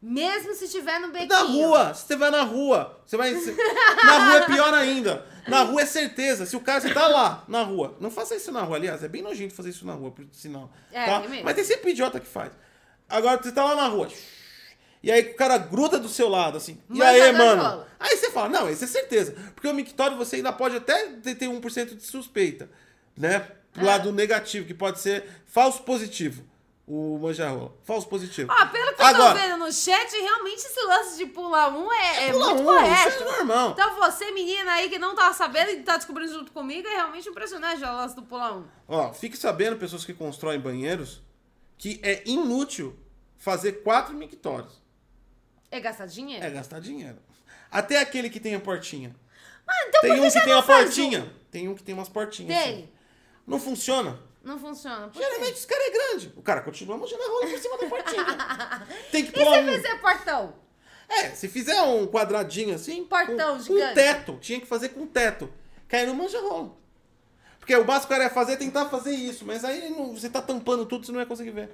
B: Mesmo se tiver no bequinho.
A: Na rua, se você vai na rua, você vai.
B: [LAUGHS]
A: se- Na rua é pior ainda. Na rua é certeza. Se o cara você tá lá, na rua. Não faça isso na rua, aliás, é bem nojento fazer isso na rua, por sinal.
B: É,
A: tá?
B: é mesmo.
A: Mas tem sempre idiota que faz. Agora você tá lá na rua. E aí o cara gruda do seu lado, assim.
B: Manda
A: e aí,
B: na
A: mano?
B: escola.
A: Aí você fala, não, isso é certeza. Porque o mictório você ainda pode até ter ter 1% de suspeita, né?
B: É.
A: Pro lado negativo, que pode ser falso positivo. O manjarrola. Falso positivo.
B: Ó, pelo que eu
A: Agora,
B: tô vendo no chat, realmente esse lance de pular um é, é
A: pula
B: muito
A: um, Isso
B: correto.
A: é normal.
B: Então você, menina aí que não tá sabendo e tá descobrindo junto comigo, é realmente impressionante o lance do pular um.
A: Ó, fique sabendo, pessoas que constroem banheiros, que é inútil fazer quatro mictórios.
B: É gastar dinheiro?
A: É gastar dinheiro. Até aquele que tem a portinha.
B: Ah, então por
A: tem um
B: você
A: que tem
B: não
A: a
B: faz
A: portinha. Tem um que tem umas
B: um?
A: portinhas. assim.
B: Tem.
A: Não funciona.
B: Não funciona. Por quê?
A: Geralmente os caras é grande. O cara continua manjando a rola por cima da
B: [LAUGHS]
A: portinha. tem que
B: E
A: pular
B: se
A: um.
B: fizer portão?
A: É, se fizer um quadradinho assim.
B: Portão
A: com, com
B: gigante.
A: teto. Tinha que fazer com teto. Caiu no manja rola. Porque o básico era fazer, tentar fazer isso, mas aí não- você tá tampando tudo, você não vai conseguir ver.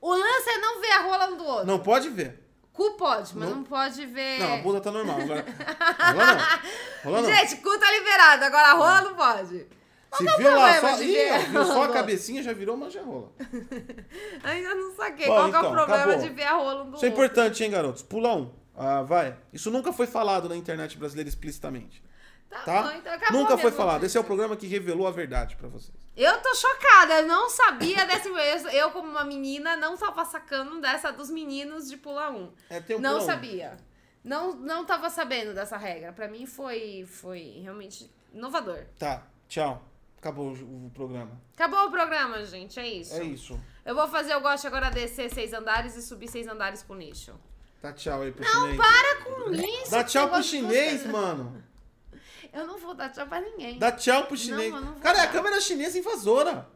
B: O lance é não ver a rola um do outro.
A: Não pode ver.
B: Cu pode, mas
A: Não.
B: não, pode ver.
A: Não, a
B: [LAUGHS]
A: bunda tá normal. Agora... Rola não. Rola não.
B: Gente, cu tá liberado, agora a rola não pode.
A: Se
B: não
A: viu
B: dá
A: lá
B: é problema
A: só,
B: de
A: Ih,
B: ver.
A: viu só a cabecinha, já virou manjarrola.
B: Ainda não saquei
A: Bom,
B: qual que é
A: então,
B: o problema
A: acabou.
B: de ver a rola um do
A: Isso é
B: outro.
A: importante, hein, garotos? Pula um. Ah, vai. Isso nunca foi falado na internet brasileira explicitamente.
B: Tá,
A: Tá?
B: bom, então acabou
A: nunca foi
B: mesmo,
A: falado.
B: gente.
A: Esse é o programa que revelou a verdade pra vocês.
B: Eu tô chocada, eu não sabia dessa. Eu, eu, como uma menina, não tava sacando dessa dos meninos de pula um.
A: É, tem um
B: não
A: pula um.
B: sabia. Não, não tava sabendo dessa regra. Pra mim foi, foi realmente inovador.
A: Tá, tchau. Acabou o o programa.
B: Acabou o programa, gente. É isso.
A: É isso.
B: Eu vou fazer o gosto agora descer seis andares e subir seis andares com lixo.
A: Dá tchau aí pro chinês.
B: Para com isso!
A: Dá tchau
B: pelo
A: pro
B: amor de
A: chinês,
B: Deus.
A: mano.
B: Eu não vou dar tchau pra ninguém.
A: Dá tchau pro chinês.
B: eu não vou
A: Cara, é a
B: dar.
A: câmera chinesa invasora.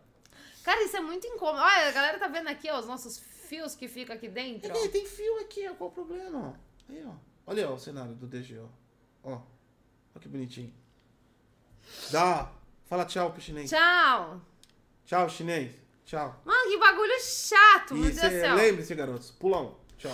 B: Cara, isso é muito incômodo. Olha, a galera tá vendo aqui ó, os nossos fios que ficam aqui dentro. ó.
A: Ih, tem fio aqui, ó. Qual o problema? ó? Aí, ó. Olha ó, o cenário do DG, ó. Ó. Olha que bonitinho. Dá. Fala tchau pro chinês.
B: Tchau!
A: Tchau, chinês. Tchau.
B: Mano, que bagulho chato, meu
A: E
B: Deus do
A: cê-
B: céu.
A: lembre-se, garotos. Pula um. Tchau.